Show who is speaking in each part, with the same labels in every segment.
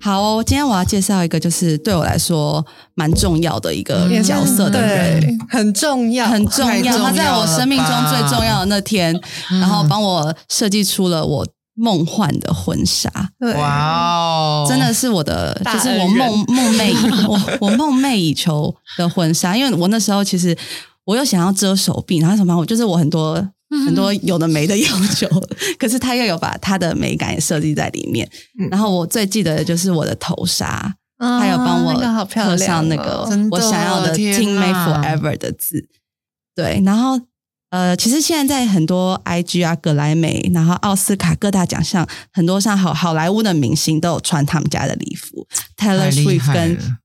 Speaker 1: 好哦，今天我要介绍一个，就是对我来说蛮重要的一个
Speaker 2: 也是
Speaker 1: 角色的人，
Speaker 2: 嗯对，很重要，
Speaker 1: 很重
Speaker 3: 太重
Speaker 1: 要。
Speaker 3: 要
Speaker 1: 他在我生命中
Speaker 3: 了吧
Speaker 1: 最重要的那天，然后帮我设计出了我梦幻的婚纱，
Speaker 2: 对，
Speaker 3: 哇哦，
Speaker 1: 真的是我的，
Speaker 2: 大
Speaker 1: 就是我
Speaker 2: 恩人
Speaker 1: 梦梦寐以我我梦寐以求的婚纱，因为我那时候其实我又想要遮手臂，然后什么，我就是我很多
Speaker 2: 嗯
Speaker 1: 很多有的没的要求， 可是他又有把他的美感也设计在里面。
Speaker 2: 嗯
Speaker 1: 然后我最记得的就是我的头纱，
Speaker 2: 啊
Speaker 1: 他有帮我
Speaker 2: 那个好漂
Speaker 1: 刻
Speaker 2: 亮，哦
Speaker 1: 上那个
Speaker 3: 真的
Speaker 1: 我想要的
Speaker 3: 天
Speaker 1: “Team Made
Speaker 3: 哪
Speaker 1: Forever” 的字。对，然后呃，其实现在在很多 IG 啊、格莱美，然后奥斯卡各大奖项，很多像好好莱坞的明星都有穿他们家的礼服，Taylor
Speaker 3: 太厉
Speaker 1: Swift
Speaker 3: 害了
Speaker 1: 跟。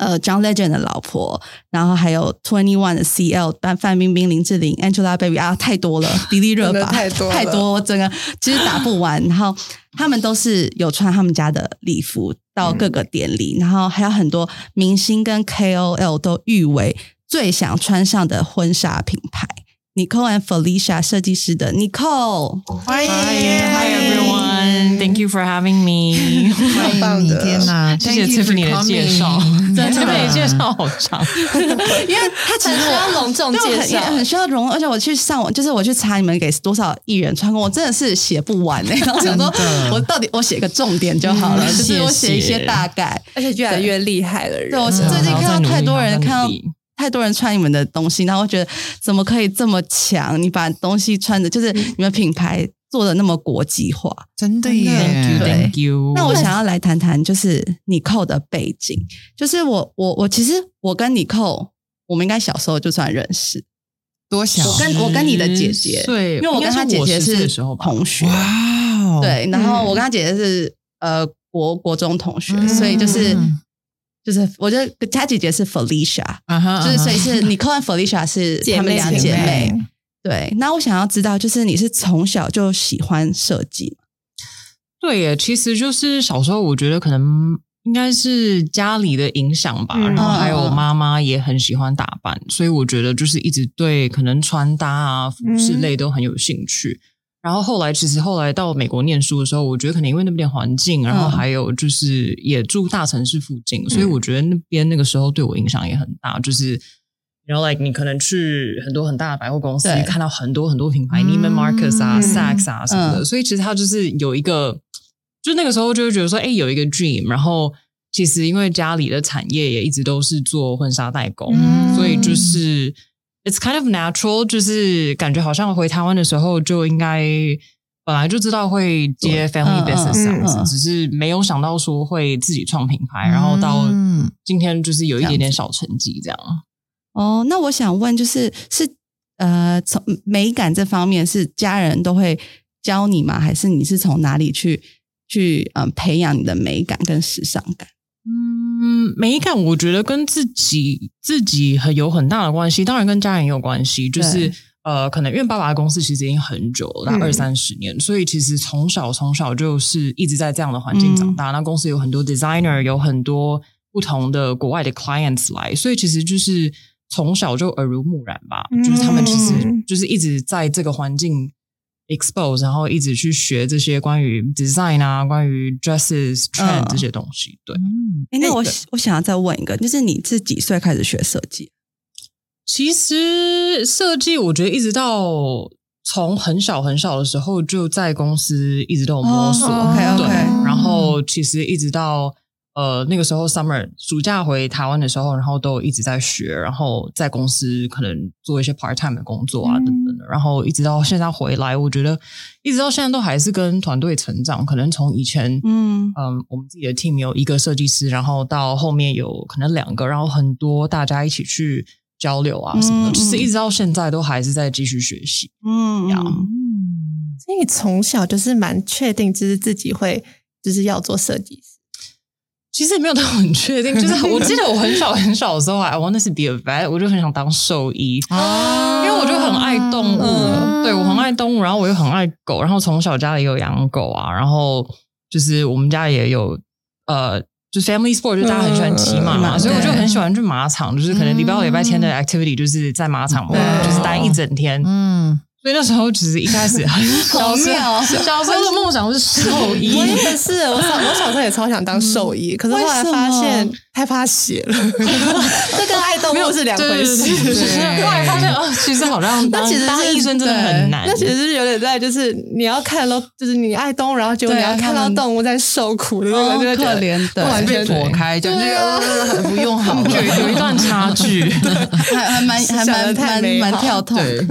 Speaker 1: 呃，John Legend 的老婆，然后还有 Twenty One 的 CL，范范冰冰、林志玲、Angelababy 啊，太多了， 迪丽热
Speaker 2: 真
Speaker 1: 巴
Speaker 2: 的太多了
Speaker 1: 太多，我整 个其实打不完。然后他们都是有穿他们家的礼服到各个典礼，
Speaker 2: 嗯
Speaker 1: 然后还有很多明星跟 KOL 都誉为最想穿上的婚纱品牌。Nicole and Felicia 设计师的 Nicole，
Speaker 2: 欢迎。
Speaker 4: Hi everyone, thank you for having me
Speaker 2: 超棒的，
Speaker 3: 天哪！
Speaker 4: 谢谢
Speaker 3: Thank you for
Speaker 4: Tiffany 的介
Speaker 3: coming
Speaker 4: 绍，
Speaker 1: 真的
Speaker 4: Tiffany 的介绍好长。
Speaker 1: 因为她其
Speaker 2: 很
Speaker 1: 实
Speaker 2: 需
Speaker 1: 我
Speaker 2: 要隆 重
Speaker 1: 对，
Speaker 2: 介
Speaker 1: 很也
Speaker 2: 绍，
Speaker 1: 很需要融入，而且我去上网，就是我去查你们给多少艺人穿过，我真的是写不完哎、然后想说
Speaker 3: 真的，
Speaker 1: 我到底我写个重点就好了，
Speaker 4: 嗯
Speaker 1: 就是我写一些大概。
Speaker 2: 而且越来越厉害了，
Speaker 1: 对，我是
Speaker 4: 嗯
Speaker 1: 最近
Speaker 4: 好
Speaker 1: 看到
Speaker 4: 再努力
Speaker 1: 太多
Speaker 4: 好
Speaker 1: 人
Speaker 4: 再努
Speaker 1: 看到
Speaker 4: 力
Speaker 1: 太多人穿你们的东西，然后我觉得怎么可以这么强？你把东西穿的，就是你们品牌做的那么国际化。
Speaker 3: 真的耶
Speaker 4: Thank you,
Speaker 1: 对
Speaker 4: thank you。
Speaker 1: 那我想要来谈谈，就是你扣的背景，就是我我我其实我跟你扣，我们应该小时候就算认识，
Speaker 3: 多小
Speaker 1: 我跟我跟你的姐姐
Speaker 4: 10岁
Speaker 1: 因为我跟她姐
Speaker 4: 应该
Speaker 1: 姐
Speaker 4: 是我10岁
Speaker 1: 是
Speaker 4: 的时候吧
Speaker 1: 同学，
Speaker 3: 哇哦，
Speaker 1: 对，然后我跟她姐姐是呃国国中同学，
Speaker 3: 嗯
Speaker 1: 所以就是就是我觉得她姐姐是 Felicia，
Speaker 4: 嗯
Speaker 3: 啊哈，
Speaker 1: 就是所以
Speaker 3: 啊
Speaker 1: 是 Nicole 和 Felicia 是
Speaker 2: 姐妹
Speaker 1: 她们俩
Speaker 3: 哈
Speaker 1: 嗯 姐妹。，对，那我想要知道，就是你是从小就喜欢设计吗，
Speaker 4: 对耶，其实就是小时候，我觉得可能应该是家里的影响吧，
Speaker 2: 嗯
Speaker 4: 然后还有
Speaker 1: 嗯嗯
Speaker 4: 妈妈也很喜欢打扮，所以我觉得就是一直对可能穿搭啊、服饰
Speaker 1: 嗯
Speaker 4: 类都很有兴趣。然后后来，其实后来到美国念书的时候，我觉得可能因为那边的环境，然后
Speaker 1: 嗯
Speaker 4: 还有就是也住大城市附近，所以我觉得那边那个时候对我影响也很大，就是。然后，like 你可能去很多很大的百货公司
Speaker 1: 对，
Speaker 4: 看到很多很多品牌、
Speaker 3: 嗯
Speaker 4: n e m a n Marcus 啊、
Speaker 2: 嗯
Speaker 4: Saks 啊什么的，所以其实它就是有一个，就那个时候就会觉得说，哎、有一个 dream。然后其实因为家里的产业也一直都是做婚纱代工，
Speaker 2: 嗯
Speaker 4: 所以就是 it's kind of natural，就是感觉好像回台湾的时候就应该本来就知道会接 family
Speaker 1: 嗯嗯
Speaker 4: business 这样子，
Speaker 1: 嗯嗯
Speaker 4: 只是没有想到说会自己创品牌，然后到
Speaker 3: 嗯
Speaker 4: 今天就是有一点
Speaker 1: 这样
Speaker 4: 点
Speaker 1: 子
Speaker 4: 小成绩这样。
Speaker 1: 哦，那我想问，就是是呃，从美感这方面是家人都会教你吗？还是你是从哪里去去嗯、呃培养你的美感跟时尚感？
Speaker 4: 嗯，美感我觉得跟自己自己很有很大的关系，当然跟家人也有关系。就是
Speaker 1: 对
Speaker 4: 呃，可能因为爸爸的公司其实已经很久了，大概
Speaker 2: 嗯
Speaker 4: 二三十年，所以其实从小从小就是一直在这样的环境长大。那公司有很多 designer，有很多不同的国外的 clients 来，所以其实就是从小就耳濡目染吧。
Speaker 2: 嗯
Speaker 4: 就是他们其实就是一直在这个环境 expose，然后一直去学这些关于 design 啊、关于 dresses trend
Speaker 1: 嗯
Speaker 4: 这些东西。对。
Speaker 3: 嗯
Speaker 1: 哎，那我
Speaker 4: 对
Speaker 1: 我想要再问一个，就是你是几岁开始学设计？
Speaker 4: 其实设计，我觉得一直到从很小很小的时候就在公司一直都有摸索，
Speaker 1: 哦，OK，OK
Speaker 4: 对
Speaker 1: OK
Speaker 4: 然后其实一直到呃那个时候 summer 暑假回台湾的时候，然后都一直在学，然后在公司可能做一些 part time 的工作啊
Speaker 2: 嗯
Speaker 4: 等等的，然后一直到现在回来，我觉得一直到现在都还是跟团队成长，可能从以前
Speaker 1: 嗯
Speaker 4: 嗯，我们自己的 team 有一个设计师，然后到后面有可能两个，然后很多大家一起去交流啊什么的，
Speaker 1: 嗯
Speaker 4: 其实
Speaker 1: 嗯
Speaker 4: 一直到现在都还是在继续学习。
Speaker 1: 嗯
Speaker 4: 呀
Speaker 3: 嗯
Speaker 2: 所以你从小就是蛮确定，就是自己会就是要做设计师，
Speaker 4: 其实也没有到很确定， 就是我记得我很小很小的时候，I wanted to be a vet，我就很想当兽医。
Speaker 3: 啊
Speaker 4: 因为我就很爱动物，
Speaker 2: 嗯
Speaker 4: 对我很爱动物，然后我又很爱狗，然后从小家里有养狗啊，然后就是我们家也有呃，就 family sport 就大家很喜欢骑马
Speaker 1: 嗯
Speaker 4: 嘛，
Speaker 1: 对
Speaker 4: 所以我就很喜欢去马场，就是可能礼拜六礼拜天的 activity 就是在马场嘛，
Speaker 3: 对
Speaker 4: 就是待一整天，
Speaker 3: 嗯
Speaker 4: 所以那时候其实一开始很
Speaker 1: 好
Speaker 4: 小时
Speaker 1: 妙
Speaker 4: 候
Speaker 1: 哦
Speaker 4: 小时候的梦想是兽医
Speaker 2: 我，也是，我小我小时候也超想当兽
Speaker 1: 嗯
Speaker 2: 医，可是后来发现太怕血 了，这跟爱动物是两回
Speaker 4: 对对对
Speaker 2: 事。
Speaker 4: 对对后来发现哦，其实好像
Speaker 2: 那
Speaker 4: 当
Speaker 2: 其实是
Speaker 4: 当医生真的很难。
Speaker 2: 那其实是有点在，就是你要看到，就是你爱动物，然后结果你
Speaker 1: 对啊
Speaker 2: 要看到
Speaker 1: 他们
Speaker 2: 动物在受苦的那
Speaker 1: 哦
Speaker 2: 个，就会觉得
Speaker 1: 可怜的
Speaker 2: 完
Speaker 3: 被
Speaker 2: 全
Speaker 3: 躲开，这样
Speaker 2: 对
Speaker 3: 那
Speaker 2: 啊
Speaker 3: 个呃不用好了
Speaker 4: 有。有一段差距，
Speaker 1: 还还蛮还
Speaker 2: 想得
Speaker 1: 蛮
Speaker 2: 太
Speaker 1: 蛮
Speaker 2: 美好
Speaker 1: 蛮跳痛的。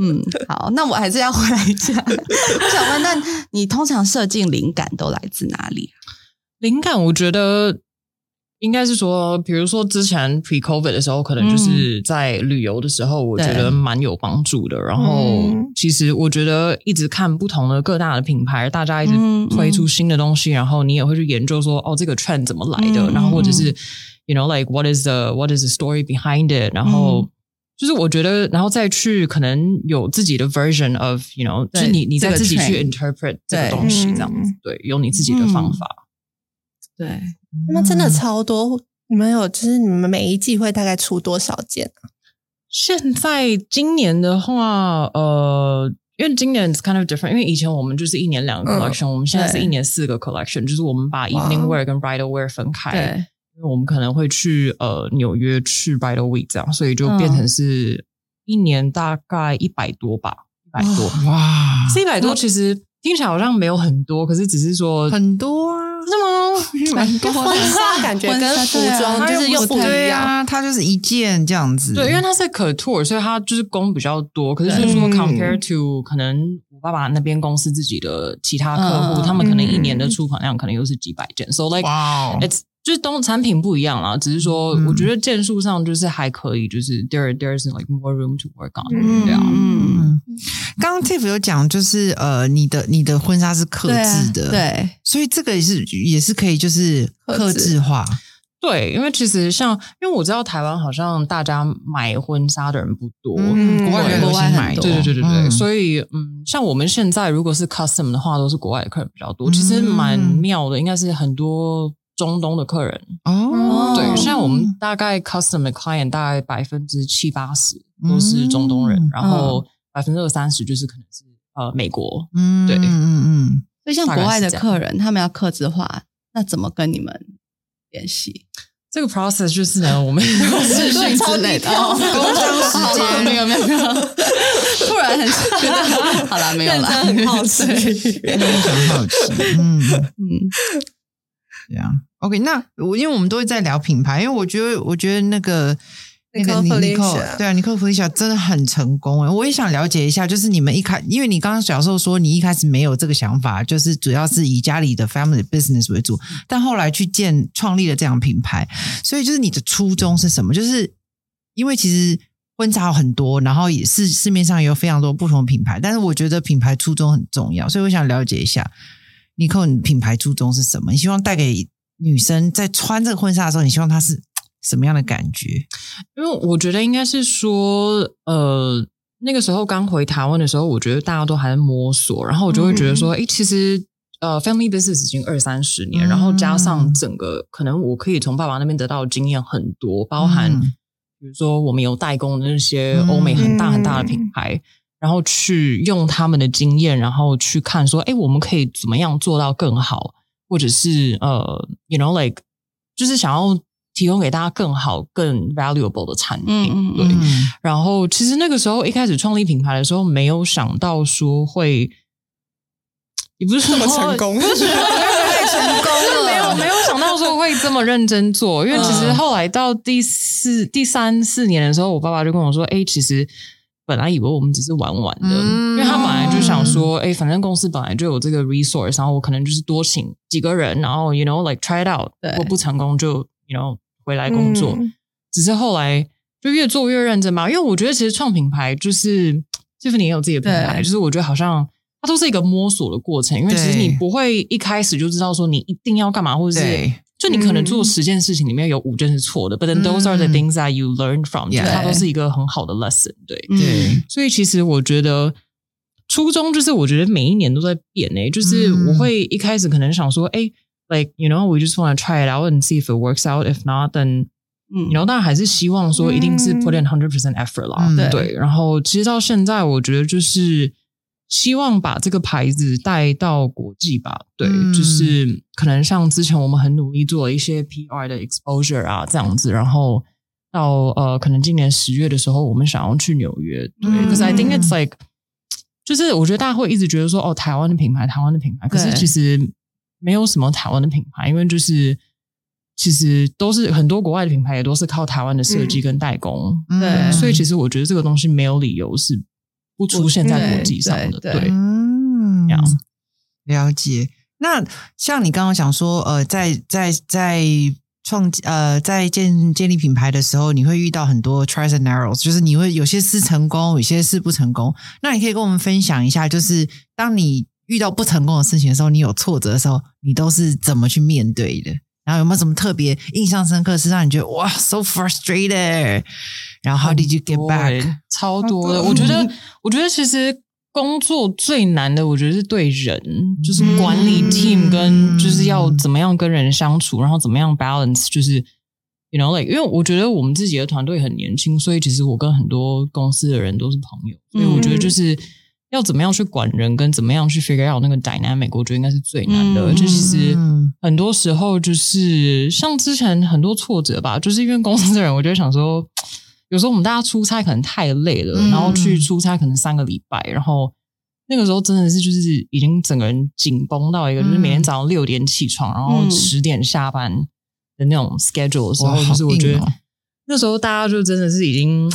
Speaker 1: 嗯，好，那我还是要回来讲。 我想问，那你通常设计灵感都来自哪里？啊
Speaker 4: 灵感，我觉得应该是说，比如说之前 pre COVID 的时候，可
Speaker 1: 嗯
Speaker 4: 能就是在旅游的时候，我觉得蛮有帮助的。然后
Speaker 2: 嗯
Speaker 4: 其实我觉得一直看不同的各大的品牌，大家一直
Speaker 1: 嗯
Speaker 4: 推出新的东西，然后你也会去研究说，哦，这个 trend 怎么来的，
Speaker 1: 嗯
Speaker 4: 然后或者是 you know like what is the what is the story behind it，然后。
Speaker 1: 嗯
Speaker 4: 就是我觉得，然后再去可能有自己的 version of you know，就
Speaker 1: 对
Speaker 4: 是你你再
Speaker 1: 这个
Speaker 4: 自己去
Speaker 1: trend
Speaker 4: interpret 这个
Speaker 1: 对
Speaker 4: 东西这样子
Speaker 2: 嗯，
Speaker 4: 对，用你自己的方
Speaker 1: 嗯
Speaker 4: 法。
Speaker 1: 对，
Speaker 2: 他们真
Speaker 1: 嗯
Speaker 2: 的超多。你们有就是你们每一季会大概出多少件？
Speaker 4: 现在今年的话，呃，因为今年 is kind of different，因为以前我们就是一年两个
Speaker 2: 嗯
Speaker 4: collection，、我们现在是
Speaker 1: 对
Speaker 4: 一年四个 collection，就是我们把
Speaker 2: 哇
Speaker 4: evening wear 跟 bridal wear 分开，
Speaker 1: 对，
Speaker 4: 因为我们可能会去呃纽约去 bridal week 这样，所以就
Speaker 1: 嗯
Speaker 4: 变成是一年大概一百多吧，一百多，
Speaker 3: 嗯哇，
Speaker 4: 这一百多其实听起来好像没有很多，可是只是 说
Speaker 3: 很多啊，
Speaker 4: 是吗？
Speaker 1: 蛮多
Speaker 2: 婚纱感觉跟服
Speaker 1: 啊
Speaker 2: 装就是又不一
Speaker 3: 对
Speaker 2: 样。
Speaker 3: 啊，它就是一件这样子，
Speaker 4: 对，因为它是 couture，所以它就是工比较多。可是就是说
Speaker 2: 嗯
Speaker 4: ，compare to 可能我爸爸那边公司自己的其他客户，
Speaker 1: 嗯
Speaker 4: 他们可能一
Speaker 2: 嗯
Speaker 4: 年的出款量可能又是几百件。So like
Speaker 3: 哇哦，
Speaker 4: it's 就是东产品不一样啦，只是说
Speaker 3: 嗯
Speaker 4: 我觉得件数上就是还可以，就是 there there's like more room to work on。
Speaker 2: 嗯
Speaker 4: 对啊，
Speaker 1: 嗯，
Speaker 3: 嗯，刚刚 Tiff 有讲，就是呃，你的你的婚纱是刻
Speaker 1: 对啊
Speaker 3: 制的，，
Speaker 1: 对，
Speaker 3: 所以这个也是也是可以就是
Speaker 2: 刻
Speaker 3: 刻
Speaker 2: 制
Speaker 3: 制化，
Speaker 4: 对，因为其实像因为我知道台湾好像大家买婚纱的人不多，
Speaker 2: 嗯
Speaker 3: 国外人
Speaker 1: 国
Speaker 3: 流
Speaker 1: 外
Speaker 3: 行
Speaker 1: 很
Speaker 3: 买的，
Speaker 1: 多
Speaker 4: 对对对对对，
Speaker 3: 嗯
Speaker 4: 所以嗯，像我们现在如果是 custom 的话，都是国外的客人比较多，其实
Speaker 3: 嗯
Speaker 4: 蛮妙的，应该是很多中东的客人。
Speaker 3: 哦，
Speaker 4: 对，
Speaker 1: 哦
Speaker 4: 现在我们大概 custom 的 client 大概百分之七八十都是中东人，
Speaker 3: 嗯
Speaker 4: 然后百分之二三十就是可能是呃美国。
Speaker 3: 嗯，
Speaker 4: 对
Speaker 3: 嗯嗯嗯，
Speaker 1: 所以像
Speaker 4: 大
Speaker 1: 国
Speaker 4: 概
Speaker 1: 外
Speaker 4: 是
Speaker 1: 的
Speaker 4: 这样
Speaker 1: 客人，他们要克制化，那怎么跟你们联系？
Speaker 4: 这个 process 就是呢， 我们是
Speaker 1: 对，超低调，
Speaker 3: 工 商时间
Speaker 1: 哦没有没有没 有，突然很觉得好了没有啦，
Speaker 2: 认真很好奇
Speaker 1: 对
Speaker 3: 非常好奇，嗯。
Speaker 1: 嗯，
Speaker 3: 对啊，OK，那我因为我们都会在聊品牌，因为我觉得我觉得那个。那个
Speaker 2: Nicole
Speaker 3: 尼克
Speaker 2: Felicia
Speaker 3: 对啊，尼克弗利夏真的很成功欸诶，我也想了解一下，就是你们一开，因为你刚刚小时候说你一开始没有这个想法，就是主要是以家里的 family business 为主，但后来去建创立了这样品牌，所以就是你的初衷是什么？就是因为其实婚纱有很多，然后也是市面上也有非常多不同的品牌，但是我觉得品牌初衷很重要，所以我想了解一下，你看你品牌初衷是什么？你希望带给女生在穿这个婚纱的时候，你希望她是嘖什么样的感觉？
Speaker 4: 因为我觉得应该是说，呃，那个时候刚回台湾的时候，我觉得大家都还在摸索，然后我就会觉得说，诶，其实呃，family business 已经二三十年，
Speaker 3: 嗯
Speaker 4: 然后加上整个可能我可以从爸爸那边得到的经验很多，包含、
Speaker 3: 嗯
Speaker 4: 比如说我们有代工的那些
Speaker 3: 嗯
Speaker 4: 欧美很大很大的品牌。然后去用他们的经验，然后去看说，诶，我们可以怎么样做到更好？或者是呃，you know like，就是想要提供给大家更好、更 valuable 的产品。
Speaker 1: 嗯嗯
Speaker 4: 对。
Speaker 1: 嗯
Speaker 3: 嗯
Speaker 4: 然后其实那个时候一开始创立品牌的时候，没有想到说会，也不是说
Speaker 2: 这么成功
Speaker 4: 不哦是说太成功了，没有没有想到说会这么认真做。因为其实
Speaker 3: 嗯
Speaker 4: 后来到第四、第三四年的时候，我爸爸就跟我说：“哎，其实。”本来以为我们只是玩玩的，
Speaker 3: 嗯
Speaker 4: 因为他本来就想说，哎、反正公司本来就有这个 resource，然后我可能就是多请几个人，然后 you know like try it out，
Speaker 1: 对
Speaker 4: 如果不成功就 you know 回来工作。
Speaker 2: 嗯
Speaker 4: 只是后来就越做越认真吧，因为我觉得其实创品牌就是 Tiffany 也有自己的品牌，
Speaker 1: 对
Speaker 4: 就是我觉得好像它都是一个摸索的过程，因为其实
Speaker 3: 对
Speaker 4: 你不会一开始就知道说你一定要干嘛，或者是
Speaker 3: 对
Speaker 4: 就你可能做十件事情里面有五件是错的、b u t then those are the
Speaker 3: 嗯
Speaker 4: things that you learn from，、就是
Speaker 3: 对
Speaker 4: 它都是一个很好的 lesson，对，
Speaker 3: 对，
Speaker 4: 所以其实我觉得初衷就是，我觉得每一年都在变诶、就是
Speaker 3: 嗯
Speaker 4: 我会一开始可能想说，哎、l i k e you know, we just want to try it out and see if it works out. If not, then
Speaker 1: 嗯
Speaker 4: 然后当然还是希望说一定是 put in hundred percent effort 啦，
Speaker 3: 嗯
Speaker 1: 对
Speaker 4: 对。然后其实到现在，我觉得就是希望把这个牌子带到国际吧，对，
Speaker 3: 嗯
Speaker 4: 就是可能像之前我们很努力做了一些 PR 的 exposure 啊这样子，然后到呃可能今年十月的时候，我们想要去纽约，对
Speaker 3: 嗯
Speaker 4: 可是 I think it's like 就是我觉得大家会一直觉得说哦，台湾的品牌，台湾的品牌，可是
Speaker 1: 对
Speaker 4: 其实没有什么台湾的品牌，因为就是其实都是很多国外的品牌也都是靠台湾的设计跟代工，
Speaker 1: 对
Speaker 3: 嗯
Speaker 4: 所以其实我觉得这个东西没有理由是不出现在国际上的，
Speaker 1: 对对
Speaker 4: 对
Speaker 1: 对
Speaker 3: 嗯
Speaker 4: 这样子
Speaker 3: 了解。那像你刚刚讲说，呃，在在在创呃在建建立品牌的时候，你会遇到很多 tries and errors，就是你会有些是成功，有些是不成功。那你可以跟我们分享一下，就是当你遇到不成功的事情的时候，你有挫折的时候，你都是怎么去面对的？然后有没有什么特别印象深刻，是让你觉得哇，so frustrated？然后 how did you get
Speaker 4: 多
Speaker 3: back？哦嗯
Speaker 4: 欸超多
Speaker 3: 超
Speaker 4: 的。
Speaker 3: 多
Speaker 4: 我觉得，我觉得其实工作最难的，我觉得是对人，就是管理
Speaker 3: 嗯
Speaker 4: team 跟就是要怎么样跟人相处，然后怎么样 balance，就是。You know, like，因为我觉得我们自己的团队很年轻，所以其实我跟很多公司的人都是朋友，所以我觉得
Speaker 3: 嗯
Speaker 4: 就是要怎么样去管人，跟怎么样去 figure out 那个 dynamic，我觉得应该是最难的。
Speaker 1: 嗯
Speaker 4: 就其实
Speaker 3: 嗯
Speaker 4: 很多时候就是像之前很多挫折吧，就是因为公司的人，我就会想说，有时候我们大家出差可能太累了，
Speaker 3: 嗯
Speaker 4: 然后去出差可能三个礼拜，然后那个时候真的是就是已经整个人紧绷到一个，
Speaker 3: 嗯
Speaker 4: 就是每天早上六点起床，然后十点下班的那种 schedule 的时
Speaker 3: 哇
Speaker 4: 候，就是
Speaker 3: 好
Speaker 4: 我
Speaker 3: 硬
Speaker 4: 觉得
Speaker 3: 哦
Speaker 4: 那时候大家就真的是已经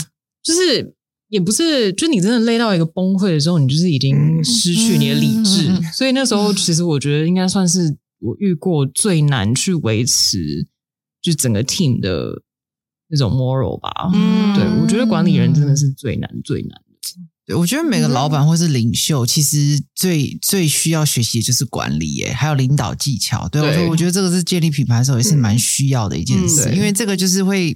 Speaker 4: 就是。也不是，就你真的累到一个崩溃的时候，你就是已经失去你的理智，
Speaker 3: 嗯嗯嗯
Speaker 4: 所以那时候其实我觉得应该算是我遇过最难去维持就整个 team 的那种 moral 吧。
Speaker 1: 嗯
Speaker 4: 对，我觉得管理人真的是最难最难的。
Speaker 3: 对，我觉得每
Speaker 4: 嗯
Speaker 3: 个老板或是领袖，其实最最需要学习的就是管理，耶，还有领导技巧。对，
Speaker 4: 对
Speaker 3: 我说我觉得这个是建立品牌的时候也是蛮需要的一件事，
Speaker 4: 嗯对
Speaker 3: 因为这个就是会，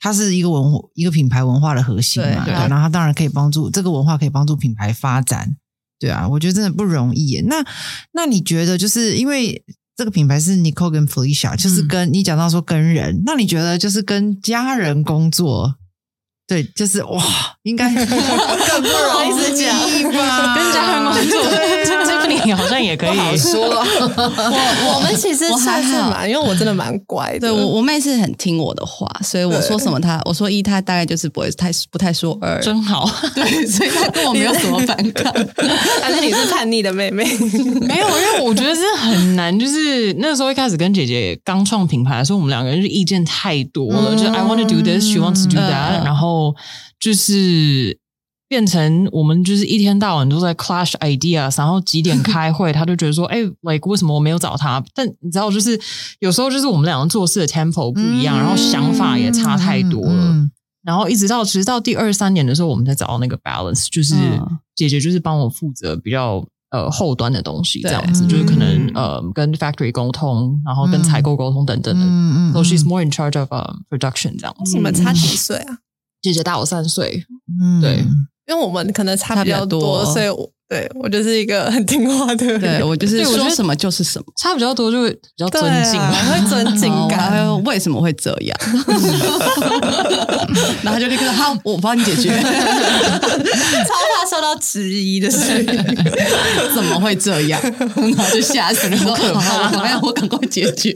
Speaker 3: 它是一个文化一个品牌文化的核心嘛，
Speaker 1: 对
Speaker 3: 对
Speaker 4: 对
Speaker 3: 然后它当然可以帮助这个文化可以帮助品牌发展，对啊，我觉得真的不容易耶。那那你觉得就是因为这个品牌是 Nicole 跟 Felicia，就是
Speaker 4: 嗯
Speaker 3: 跟、你讲到说跟人，那你觉得就是跟家人工作，对，就是哇，应该 更不容易 吧？
Speaker 4: 跟家人工 作，Tiffany 好像也可以说，
Speaker 2: 我我们其实
Speaker 1: 我还
Speaker 2: 算是
Speaker 1: 好
Speaker 2: 蛮，因为我真的蛮乖的。
Speaker 1: 对我，我妹是很听我的话，所以我说什么她，我说一，她大概就是不会太不太说二，
Speaker 4: 真好。
Speaker 1: 对，所以她跟我没有什么 反抗。
Speaker 2: 还是你是叛逆的妹妹？
Speaker 4: 没有，因为我觉得是很难。就是那时候一开始跟姐姐刚创品牌的时候，我们两个人就意见太多了，
Speaker 3: 嗯
Speaker 4: 就是 I want to do this, she wants to do
Speaker 1: 嗯
Speaker 4: that，、
Speaker 1: 嗯
Speaker 4: 然后就是变成我们就是一天到晚都在 clash ideas，然后几点开会，他就觉得说，哎、l i k e 为什么我没有找他？但你知道，就是有时候就是我们两个做事的 tempo 不一样，然后想法也差太多了。
Speaker 3: 嗯
Speaker 4: 然后一直到其实到第二三年的时候，我们才找到那个 balance，就是
Speaker 1: 嗯
Speaker 4: 姐姐就是帮我负责比较呃后端的东西，
Speaker 1: 对
Speaker 4: 这样子就是可能
Speaker 3: 嗯
Speaker 4: 呃跟 factory 沟通，然后跟
Speaker 3: 嗯
Speaker 4: 采购沟通等等的。
Speaker 3: 嗯
Speaker 4: So she's more in charge of、um, production 这样子。
Speaker 2: 你们差几岁啊？
Speaker 4: 姐姐大我三岁，
Speaker 3: 嗯
Speaker 4: 对
Speaker 2: 因为我们可能差比较
Speaker 1: 差比较
Speaker 2: 多，
Speaker 1: 多
Speaker 2: 所以我对我就是一个很听话的人。
Speaker 1: 对我就是
Speaker 4: 对我觉
Speaker 1: 说
Speaker 4: 得
Speaker 1: 什么就是什么。
Speaker 4: 差比较多就会比较
Speaker 2: 对
Speaker 4: 尊
Speaker 2: 啊
Speaker 4: 敬。
Speaker 2: 会尊敬
Speaker 1: 哦我
Speaker 2: 感。
Speaker 1: 还会为什么会这样？ 然后他就立刻说好，我帮你解决。
Speaker 2: 超怕受到质疑的事情。
Speaker 1: 怎么会这样？然后就吓死了，说好，我要我赶快解决。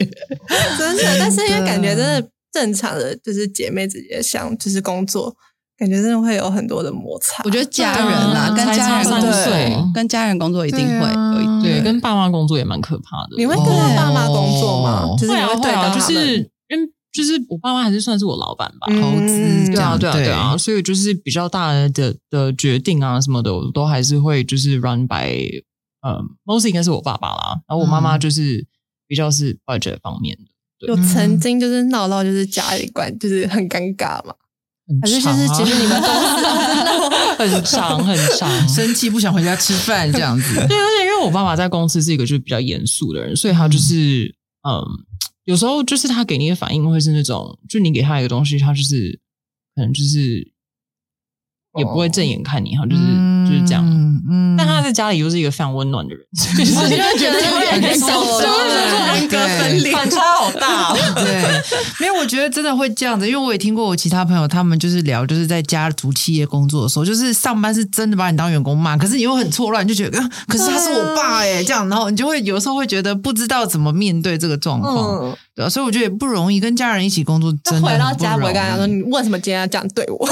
Speaker 2: 真的，但是因为感觉真的正常的就是姐妹之间相就是工作，感觉真的会有很多的摩擦。
Speaker 1: 我觉得家人啦，
Speaker 4: 对
Speaker 1: 跟
Speaker 4: 啊才
Speaker 1: 家
Speaker 4: 差
Speaker 1: 人工
Speaker 4: 三岁
Speaker 1: 作，跟家人工作一定会
Speaker 3: 啊
Speaker 1: 有一
Speaker 4: 对，啊跟爸妈工作也蛮可怕的。
Speaker 2: 嗯你会
Speaker 4: 哦
Speaker 2: 跟着爸妈工作吗？
Speaker 3: 哦
Speaker 2: 就是
Speaker 4: 会
Speaker 2: 你
Speaker 4: 啊
Speaker 2: 会
Speaker 4: 会
Speaker 2: 对到
Speaker 4: 啊，
Speaker 2: 他
Speaker 4: 就
Speaker 2: 们
Speaker 4: 是因为就是我爸妈还是算是我老板吧，
Speaker 2: 嗯
Speaker 3: 投资这
Speaker 4: 对啊，
Speaker 3: 样
Speaker 4: 对啊，对啊，所以就是比较大的的的决定啊什么的，我都还是会就是 run by，呃，mostly 应该是我爸爸啦，然后我妈
Speaker 2: 嗯
Speaker 4: 妈就是比较是 budget 方面的，
Speaker 2: 有曾经就是闹到就是家里管就是很尴尬嘛，还是
Speaker 4: 很
Speaker 2: 就
Speaker 4: 长
Speaker 2: 是
Speaker 4: 啊
Speaker 2: 其实你 们都
Speaker 4: 很长很长。
Speaker 3: 生气不想回家吃饭这样子。
Speaker 4: 对，而且因为我爸爸在公司是一个就是比较严肃的人，所以他就是嗯，有时候就是他给你的反应会是那种，就你给他一个东西，他就是可能就是也不会正眼看你，他 就是就是这样。
Speaker 3: 嗯嗯
Speaker 4: 但他在家里又是一个非常温暖的人，所以就是
Speaker 2: 就会觉得有点
Speaker 4: 很
Speaker 2: 受
Speaker 4: 受
Speaker 2: 伤啊
Speaker 4: 伤，
Speaker 2: 人
Speaker 3: 格分
Speaker 4: 反差好大、哦。
Speaker 3: 对，没有，我觉得真的会这样子，因为我也听过我其他朋友，他们就是聊，就是在家族企业工作的时候，就是上班是真的把你当员工骂，可是你又很错乱，就觉得，啊可是他是我爸哎、这样，然后你就会有时候会觉得不知道怎么面对这个状况，
Speaker 2: 嗯，
Speaker 3: 对啊，所以我觉得也不容易，跟家人一起工作真的
Speaker 2: 那
Speaker 3: 很不容易
Speaker 2: 回到家，我会跟他讲说，你为什么今天要这样对我？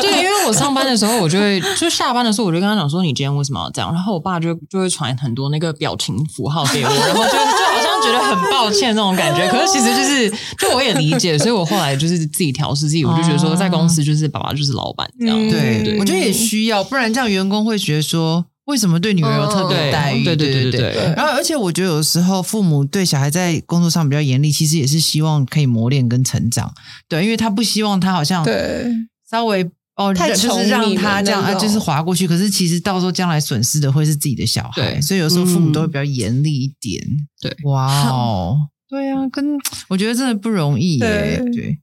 Speaker 4: 对，因为我上班的时候，我就会就下班的时候，我就跟他讲说你今天为什么要这样，然后我爸就就会传很多那个表情符号给我，然后就就好像觉得很抱歉那种感觉，可是其实就是就我也理解，所以我后来就是自己调试自己，我就觉得说在公司就是爸爸就是老板这样，
Speaker 2: 嗯
Speaker 3: 对，
Speaker 4: 对
Speaker 3: 我觉得也需要，不然这样员工会觉得说，为什么对女儿有特
Speaker 2: 嗯
Speaker 3: 别
Speaker 4: 对
Speaker 3: 待遇？
Speaker 4: 对
Speaker 3: 对
Speaker 4: 对对
Speaker 3: 对
Speaker 4: 对对
Speaker 3: 然后，而且我觉得有时候父母对小孩在工作上比较严厉，其实也是希望可以磨练跟成长，对，因为他不希望他好像
Speaker 2: 对，
Speaker 3: 稍微哦，
Speaker 2: 太
Speaker 3: 就
Speaker 2: 宠
Speaker 3: 是
Speaker 2: 你
Speaker 3: 让他
Speaker 2: 们
Speaker 3: 这样
Speaker 2: 那
Speaker 3: 啊，
Speaker 2: 种
Speaker 3: 就是划过去。可是其实到时候将来损失的会是自己的小孩，
Speaker 4: 对
Speaker 3: 所以有时候父母
Speaker 1: 嗯
Speaker 3: 都会比较严厉一点。
Speaker 4: 对，
Speaker 3: 哇哦， 对啊，跟我觉得真的不容易耶。
Speaker 2: 对
Speaker 3: 对，嗯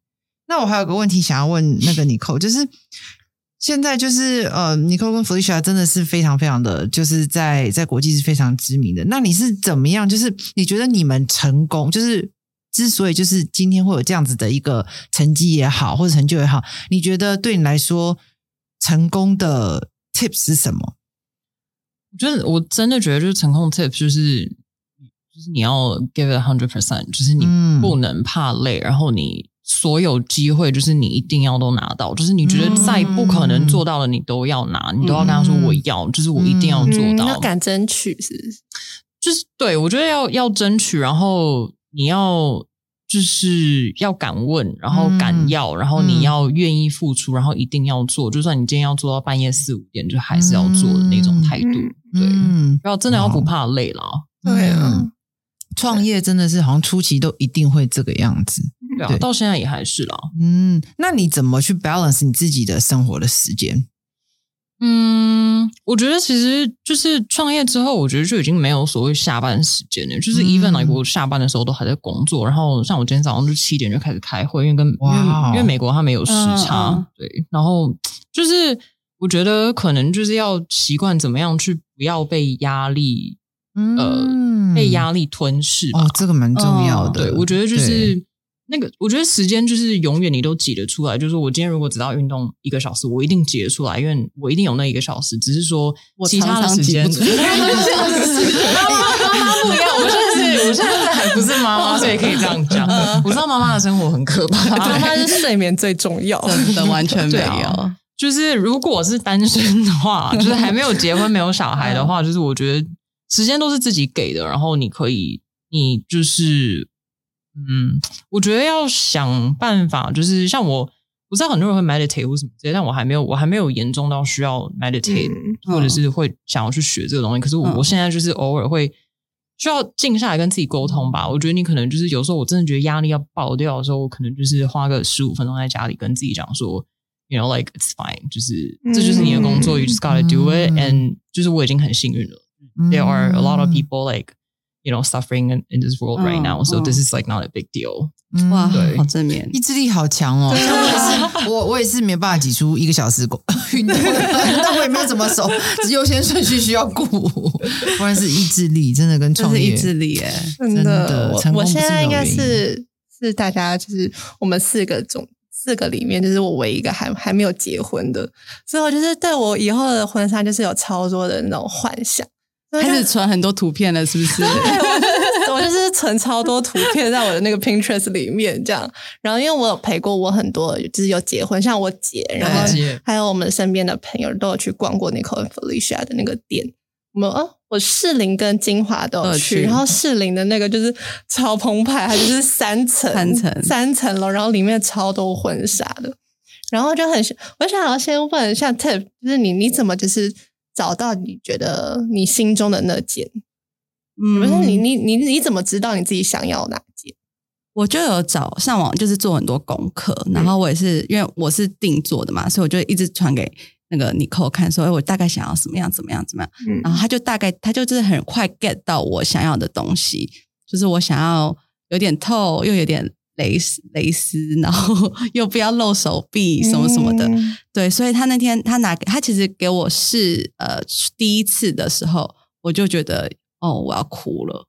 Speaker 3: 那我还有个问题想要问那个 Nicole，就是。现在就是呃，Nicole 跟 Felicia 真的是非常非常的，就是在在国际是非常知名的。那你是怎么样？就是你觉得你们成功，就是之所以就是今天会有这样子的一个成绩也好，或者成就也好，你觉得对你来说成功的 tips 是什么？
Speaker 4: 我觉得我真的觉得就是成功 tips 就是就是你要 give it a hundred percent，就是你
Speaker 3: 嗯
Speaker 4: 不能怕累，然后你所有机会就是你一定要都拿到，就是你觉得再不可能做到的你都要拿，你都要跟他说
Speaker 3: 嗯
Speaker 4: 我要，就是我一定要做
Speaker 2: 嗯
Speaker 4: 到，
Speaker 2: 要敢争取是不是
Speaker 4: 就是对我觉得要要争取，然后你要。就是要敢问，然后敢
Speaker 3: 嗯
Speaker 4: 要，然后你要愿意付出，然后一定要做。就算你今天要做到半夜四五点，就还是要做的那种态度。
Speaker 2: 嗯
Speaker 4: 对，
Speaker 3: 嗯，
Speaker 4: 然后真的要不怕累了。
Speaker 2: 对啊
Speaker 3: 嗯，创业真的是好像初期都一定会这个样子。
Speaker 4: 对啊
Speaker 3: 对，
Speaker 4: 到现在也还是啦。
Speaker 3: 嗯，那你怎么去 balance 你自己的生活的时间？
Speaker 4: 嗯，我觉得其实就是创业之后，我觉得就已经没有所谓下班时间了。就是 even
Speaker 3: 嗯
Speaker 4: like 我下班的时候都还在工作，然后像我今天早上就七点就开始开会，因为跟因为
Speaker 3: 哇
Speaker 4: 因为美国它没有时差，
Speaker 1: 嗯嗯
Speaker 4: 对。然后就是我觉得可能就是要习惯怎么样去不要被压力、
Speaker 3: 嗯
Speaker 4: 被压力吞噬吧。
Speaker 3: 哦，这个蛮重要的。
Speaker 4: 对，我觉得就
Speaker 3: 对
Speaker 4: 是那个，我觉得时间就是永远你都挤得出来。就是我今天如果只要运动一个小时，我一定挤得出来，因为我一定有那一个小时。只是说
Speaker 1: 我
Speaker 4: 其他的
Speaker 1: 常常
Speaker 4: 时
Speaker 1: 挤
Speaker 4: 间，
Speaker 1: 不出来
Speaker 4: 妈妈妈妈不一样，我现在是我现在还不是妈妈，所以可以这样讲。
Speaker 1: 嗯
Speaker 4: 我知道妈妈的生活很可 怕，
Speaker 2: 妈妈是睡眠最重要。
Speaker 1: 真的完全没
Speaker 4: 对
Speaker 1: 有。
Speaker 4: 啊就是如果是单身的话，就是还没有结婚、没有小孩的话，就是我觉得时间都是自己给的，然后你可以，你就是，嗯，我觉得要想办法，就是像我，我知道很多人会 meditate 或什么之类，但我还没有，我还没有严重到需要 meditate，、
Speaker 2: 嗯
Speaker 4: 或者是会想要去学这个东西。可是我,、
Speaker 1: 嗯
Speaker 4: 我现在就是偶尔会需要静下来跟自己沟通吧。我觉得你可能就是有时候我真的觉得压力要爆掉的时候，我可能就是花个十五分钟在家里跟自己讲说。You know, like it's fine，就是、这就是你的工作，you just gotta do it、
Speaker 3: 嗯
Speaker 4: and 就是我已经很幸运了。There are a lot of people like you know suffering in, in this world right
Speaker 1: 嗯
Speaker 4: now, so
Speaker 1: 嗯
Speaker 4: this is like not a big deal.
Speaker 3: 嗯
Speaker 1: 哇，
Speaker 4: 对
Speaker 1: 好正面
Speaker 3: 意。志力好强哦！我也是， 我我也是没办法挤出一个小时工运动， 但我也没有怎么守，只优先顺序需要顾。不然是意志力，真的跟
Speaker 1: 这
Speaker 3: 创
Speaker 1: 是
Speaker 3: 业
Speaker 1: 意志力耶，
Speaker 2: 真
Speaker 3: 真的
Speaker 2: 我
Speaker 3: 成功
Speaker 2: 我
Speaker 3: 不是
Speaker 2: 现在应该
Speaker 3: 没有
Speaker 2: 是是大家就是我们四个总四个里面，就是我唯一一个还还没有结婚的，所以我就是对我以后的婚纱就是有超多的那种幻想。
Speaker 1: 开始传很多图片了，是不 是？
Speaker 2: 我就是存超多图片在我的那个 Pinterest 里面，这样。然后因为我有陪过我很多，就是有结婚，像我姐，然后
Speaker 4: 姐
Speaker 2: 还有我们身边的朋友都有去逛过 Nicole and Felicia 的那个店。我们哦，我士林跟金华都有
Speaker 1: 都有
Speaker 2: 去，
Speaker 1: 去
Speaker 2: 然后士林的那个就是超澎湃，它就是三层
Speaker 1: 三层
Speaker 2: 三层楼，然后里面超多婚纱的，然后就很我想要先问一下 Tip，就是你你怎么就是找到你觉得你心中的那件？
Speaker 1: 嗯
Speaker 2: 不是你，你你你怎么知道你自己想要哪件？
Speaker 1: 我就有找上网，就是做很多功课，然后我也是因为我是定做的嘛，所以我就一直传给那个 Nicole 看，说，哎，我大概想要什么样，怎么样，怎么样，
Speaker 2: 嗯
Speaker 1: 然后他就大概，他就真的很快 get 到我想要的东西，就是我想要有点透，又有点蕾丝蕾丝，然后 又不要露手臂什么什
Speaker 4: 嗯
Speaker 1: 么的，
Speaker 2: 嗯
Speaker 1: 对，所以他那天他拿给他其实给我试呃第一次的时候，我就觉得哦，我要哭了。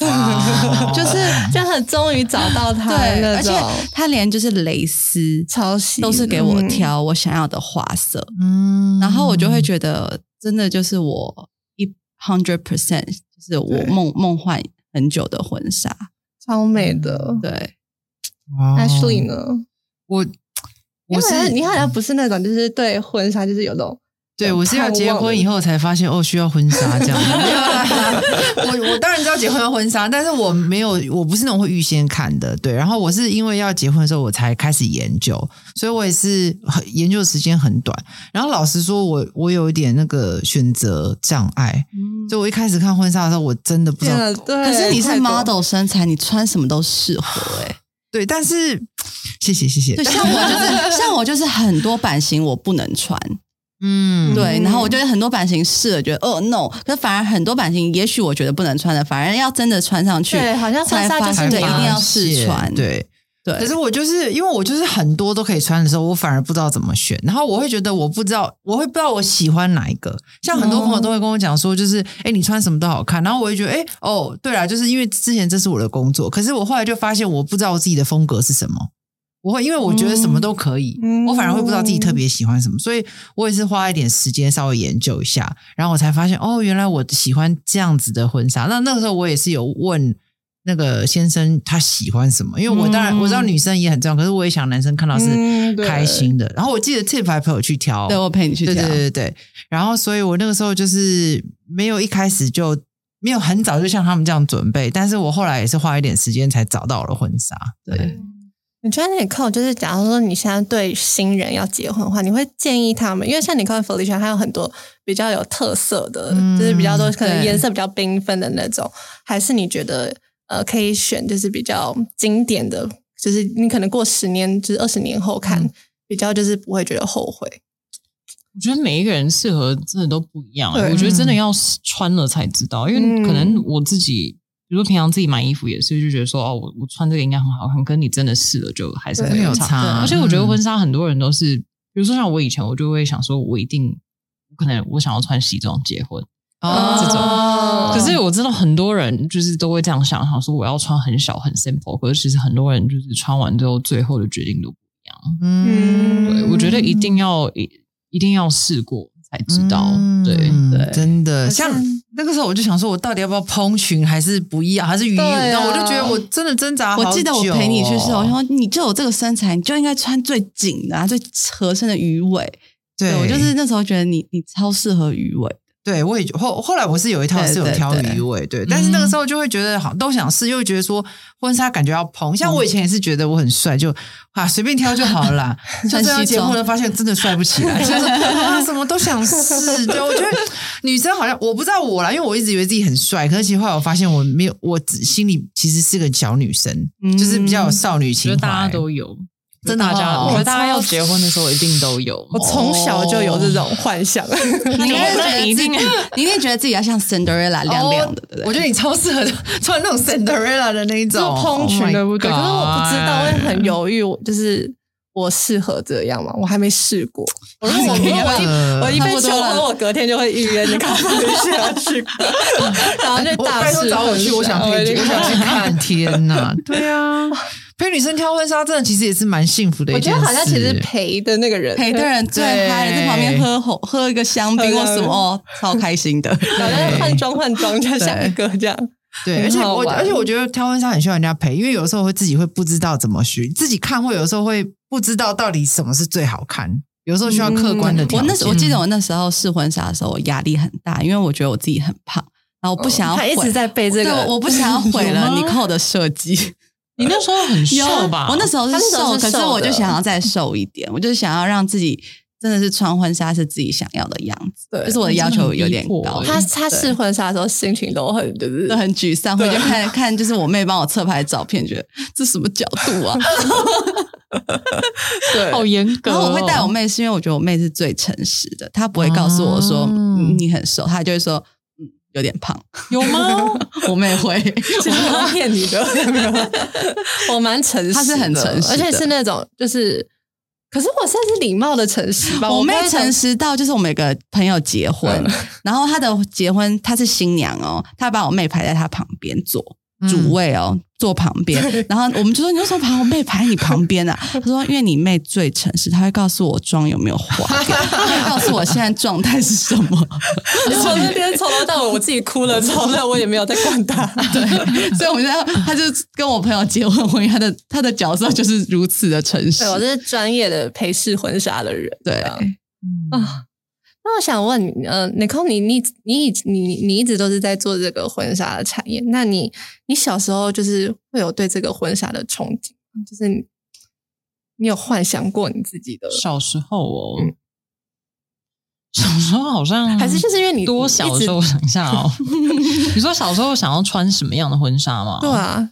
Speaker 3: 哇
Speaker 1: 就是
Speaker 2: 就很很终于找到他
Speaker 1: 对，
Speaker 2: 的啊那
Speaker 1: 而且
Speaker 2: 种嗯
Speaker 1: 他连就是蕾丝
Speaker 2: 抄袭
Speaker 1: 都是给我，挑我想要的花色，
Speaker 3: 嗯
Speaker 1: 然后我就会觉得真的就是我一 hundred percent 就是我
Speaker 2: 对
Speaker 1: 梦梦幻很久的婚纱，
Speaker 2: 超美的。
Speaker 1: 对，
Speaker 3: 哦
Speaker 2: Ashley 呢？
Speaker 3: 我
Speaker 2: 因
Speaker 3: 我
Speaker 2: 为好像
Speaker 3: 是
Speaker 2: 你好像不是那种，就是对婚纱就是有那种
Speaker 3: 对我是要结婚以后才发现哦，需要婚纱这样。没有啦我我当然知道结婚要婚纱，但是我没有，我不是那种会预先看的。对，然后我是因为要结婚的时候我才开始研究，所以我也是很研究的时间很短。然后老实说我，我有一点那个选择障碍，就我一开始看婚纱的时候，我真的不知道
Speaker 2: 天啊对，
Speaker 1: 可是你
Speaker 2: 太
Speaker 1: 是
Speaker 2: 多
Speaker 1: model 身材，你穿什么都适合 哎、
Speaker 3: 对，但是谢谢谢谢
Speaker 1: 对，，像我就是像我就是很多版型我不能穿，
Speaker 3: 嗯，
Speaker 1: 对，
Speaker 2: 嗯
Speaker 1: 然后我觉得很多版型试了，觉得哦 no，可反而很多版型也许我觉得不能穿的，反而要真的穿上去，
Speaker 2: 对，好像婚
Speaker 1: 才
Speaker 2: 纱就
Speaker 1: 发
Speaker 2: 是
Speaker 1: 现
Speaker 2: 你
Speaker 1: 对一定要试穿
Speaker 3: 对。
Speaker 1: 对，
Speaker 3: 可是我就是因为我就是很多都可以穿的时候，我反而不知道怎么选，然后我会觉得我不知道，我会不知道我喜欢哪一个。像很多
Speaker 1: 哦
Speaker 3: 朋友都会跟我讲说，就是哎、诶你穿什么都好看，然后我会觉得哎、诶哦，对啦，就是因为之前这是我的工作，可是我后来就发现我不知道我自己的风格是什么。我会因为我觉得什么都可以，
Speaker 2: 嗯
Speaker 3: 我反而会不知道自己特别喜欢什么，所以我也是花一点时间稍微研究一下，然后我才发现哦，原来我喜欢这样子的婚纱。那那个时候我也是有问那个先生他喜欢什么，因为我当然、
Speaker 2: 嗯
Speaker 3: 我知道女生也很重要，可是我也想男生看到是
Speaker 2: 嗯对
Speaker 3: 开心的。然后我记得 Tip 还陪我去挑，
Speaker 1: 对我陪你去
Speaker 3: 对
Speaker 1: 挑
Speaker 3: 对，对对。然后，所以我那个时候就是没有一开始就没有很早就像他们这样准备，但是我后来也是花一点时间才找到了婚纱。
Speaker 1: 对，
Speaker 2: 你觉得你扣就是，假如说你现在对新人要结婚的话，你会建议他们，因为像你扣 Felicia，还有很多比较有特色的，
Speaker 3: 嗯
Speaker 2: 就是比较多可能
Speaker 1: 对
Speaker 2: 颜色比较缤纷的那种，还是你觉得呃可以选就是比较经典的，就是你可能过十年就是二十年后看，
Speaker 3: 嗯
Speaker 2: 比较就是不会觉得后悔。
Speaker 4: 我觉得每一个人适合真的都不一样、欸
Speaker 2: 对
Speaker 4: 我觉得真的要穿了才知道，因为可能我自己，比如说平常自己买衣服也是，就觉得说哦，我我穿这个应该很好看，跟你真的试了就还是
Speaker 2: 对
Speaker 4: 会
Speaker 3: 没有
Speaker 4: 差。啊
Speaker 3: 差
Speaker 4: 而且我觉得
Speaker 3: 嗯
Speaker 4: 婚纱很多人都是，比如说像我以前，我就会想说，我一定可能我想要穿西装结婚，
Speaker 3: 哦，
Speaker 4: 这种
Speaker 2: 哦
Speaker 4: 可是我知道很多人就是都会这样想，想说我要穿很小很 simple，可是其实很多人就是穿完之后，最后的决定都不一样。
Speaker 2: 嗯
Speaker 4: 对，我觉得一定要一一定要试过才知道。
Speaker 3: 嗯
Speaker 4: 对，
Speaker 1: 对
Speaker 3: 真的，
Speaker 2: 像
Speaker 3: 像那个时候我就想说，我到底要不要蓬裙，还是不要，还是羽衣舞？
Speaker 2: 对啊
Speaker 3: 那、我就觉得我真的挣扎好久哦、
Speaker 1: 我记得我陪你去的时候，我想说你就有这个身材，你就应该穿最紧的、啊、最合身的鱼尾。
Speaker 3: 对
Speaker 1: 我就是那时候觉得你你超适合鱼尾，
Speaker 3: 对，我也觉后后来我是有一套是有挑
Speaker 1: 对对对
Speaker 3: 鱼尾，对但是那个时候就会觉得好像都想试，又觉得说婚纱感觉要蓬，像我以前也是觉得我很帅，就啊随便挑就好了啦。就
Speaker 1: 穿
Speaker 3: 这样
Speaker 1: 西
Speaker 3: 结婚
Speaker 1: 装
Speaker 3: 了，发现真的帅不起来， 就是啊什么都想试。对，我觉得女生好像我不知道我啦，因为我一直以为自己很帅，可是其实后来我发现我没有，我只心里其实是个小女生，
Speaker 1: 嗯
Speaker 3: 就是比较有少女情
Speaker 4: 觉得
Speaker 3: 怀。
Speaker 4: 大家都有，
Speaker 3: 真的
Speaker 4: 大家，
Speaker 3: 哦
Speaker 4: 我觉
Speaker 2: 我
Speaker 4: 得大
Speaker 2: 超
Speaker 4: 家要结婚的时候一定都有。
Speaker 2: 我从小就哦 有这种幻想，
Speaker 1: 你应该
Speaker 4: 那
Speaker 1: 觉得
Speaker 4: 一
Speaker 1: 自己
Speaker 4: 定，
Speaker 1: 你一定觉得自己要像
Speaker 3: 哦
Speaker 1: Cinderella 亮亮的，对不
Speaker 3: 我
Speaker 1: 对？
Speaker 3: 觉得你超适合穿那种 Cinderella 的那一种
Speaker 2: 就蓬裙对不对？可
Speaker 3: Oh
Speaker 2: 是
Speaker 3: my
Speaker 2: 我不知道，我
Speaker 3: God
Speaker 2: 也 很犹豫，我就是我适合这样吗？我还没试过。我如果我
Speaker 3: 太厉害
Speaker 2: 我一
Speaker 3: 了
Speaker 2: 我一
Speaker 1: 差
Speaker 2: 被
Speaker 1: 不
Speaker 2: 求
Speaker 1: 多
Speaker 2: 婚，
Speaker 1: 了
Speaker 2: 我隔天就会预约你 看不适合去，然 后就
Speaker 3: 我
Speaker 2: 大
Speaker 3: 拜托
Speaker 2: 事
Speaker 3: 找我去，我想陪
Speaker 2: 哦
Speaker 3: 你，我想
Speaker 1: 哎
Speaker 3: 去看。天哪！对 啊，陪女生挑婚纱，真的其实也是蛮幸福的
Speaker 2: 我
Speaker 3: 一
Speaker 2: 觉
Speaker 3: 件
Speaker 2: 得
Speaker 3: 事。
Speaker 2: 好像其实陪的那个人，
Speaker 1: 陪的人最
Speaker 3: 对
Speaker 1: 嗨了，在旁边喝红喝一个香槟或什么，哦，超开心的。
Speaker 2: 然后再换装换装，再下一个这样。
Speaker 3: 对，而且
Speaker 2: 很好
Speaker 3: 我
Speaker 2: 玩
Speaker 3: 而且我觉得挑婚纱很需要人家陪，因为有时候会自己会不知道怎么选，自己看会有时候会不知道到底什么是最好看，有时候需要客观的条
Speaker 1: 嗯我
Speaker 3: 件。
Speaker 1: 那时我记得我那时候试婚纱的时候，我压力很大，因为我觉得我自己很胖，然后我不想要
Speaker 2: 他哦一
Speaker 1: 毁
Speaker 2: 直在背这
Speaker 1: 对，
Speaker 2: 个，
Speaker 1: 我不想要毁
Speaker 4: 有
Speaker 1: 了
Speaker 4: 吗
Speaker 1: 你扣的设计。
Speaker 4: 你那时候很瘦吧？
Speaker 1: 我那时候
Speaker 2: 他
Speaker 1: 是
Speaker 2: 那时候
Speaker 1: 瘦，
Speaker 2: 是
Speaker 1: 可是
Speaker 2: 瘦
Speaker 1: 我就
Speaker 2: 的
Speaker 1: 想要再瘦一点，我就是想要让自己真的是穿婚纱是自己想要的样子，
Speaker 2: 对
Speaker 1: 就是我的要求有点高。
Speaker 4: 真的
Speaker 2: 他
Speaker 4: 很逼
Speaker 2: 他试婚纱的时候心情都很就是
Speaker 1: 都很沮丧，回
Speaker 2: 对
Speaker 1: 去看看，就是我妹帮我侧拍照片，觉得这什么角度啊？
Speaker 2: 对
Speaker 4: 好严格哦。
Speaker 1: 然后我会带我妹，是因为我觉得我妹是最诚实的，她不会告诉我说、
Speaker 3: 哦
Speaker 1: 嗯你很瘦，她就会说嗯有点胖。
Speaker 4: 有吗？
Speaker 1: 我妹会，
Speaker 2: 其实我是骗你的，我蛮诚实的，
Speaker 1: 他是很诚实的
Speaker 2: 而且是那种就是，可是我算是礼貌的诚实吧。
Speaker 1: 我妹
Speaker 2: 不会
Speaker 1: 诚实到，就是我们有个朋友结
Speaker 4: 嗯
Speaker 1: 婚，然后她的结婚她是新娘哦，她把我妹排在她旁边坐，
Speaker 3: 嗯
Speaker 4: 嗯
Speaker 1: 主位哦，坐旁边。然后我们就说：“你为什么把我妹排你旁边啊？”他说：“因为你妹最诚实，她会告诉我妆有没有花，她会告诉我现在状态是什么。
Speaker 2: 从那边从头到尾我自己哭了，从来我也没有在 管他。对，
Speaker 1: 所以我们在他就跟我朋友结婚婚姻，他的他的角色就是如此的诚实。
Speaker 2: 我是专业的陪侍婚纱的人。
Speaker 1: 对
Speaker 2: 啊，
Speaker 3: 嗯
Speaker 2: 那我想问你，呃，Nicole，你你你以你你你一直都是在做这个婚纱的产业，那你你小时候就是会有对这个婚纱的憧憬，就是你你有幻想过你自己的，
Speaker 4: 小时候哦
Speaker 2: 嗯，
Speaker 4: 小时候好像
Speaker 2: 还是就是因为你
Speaker 4: 多小时候，我想一下哦。 你说小时候想要穿什么样的婚纱吗？
Speaker 2: 对啊，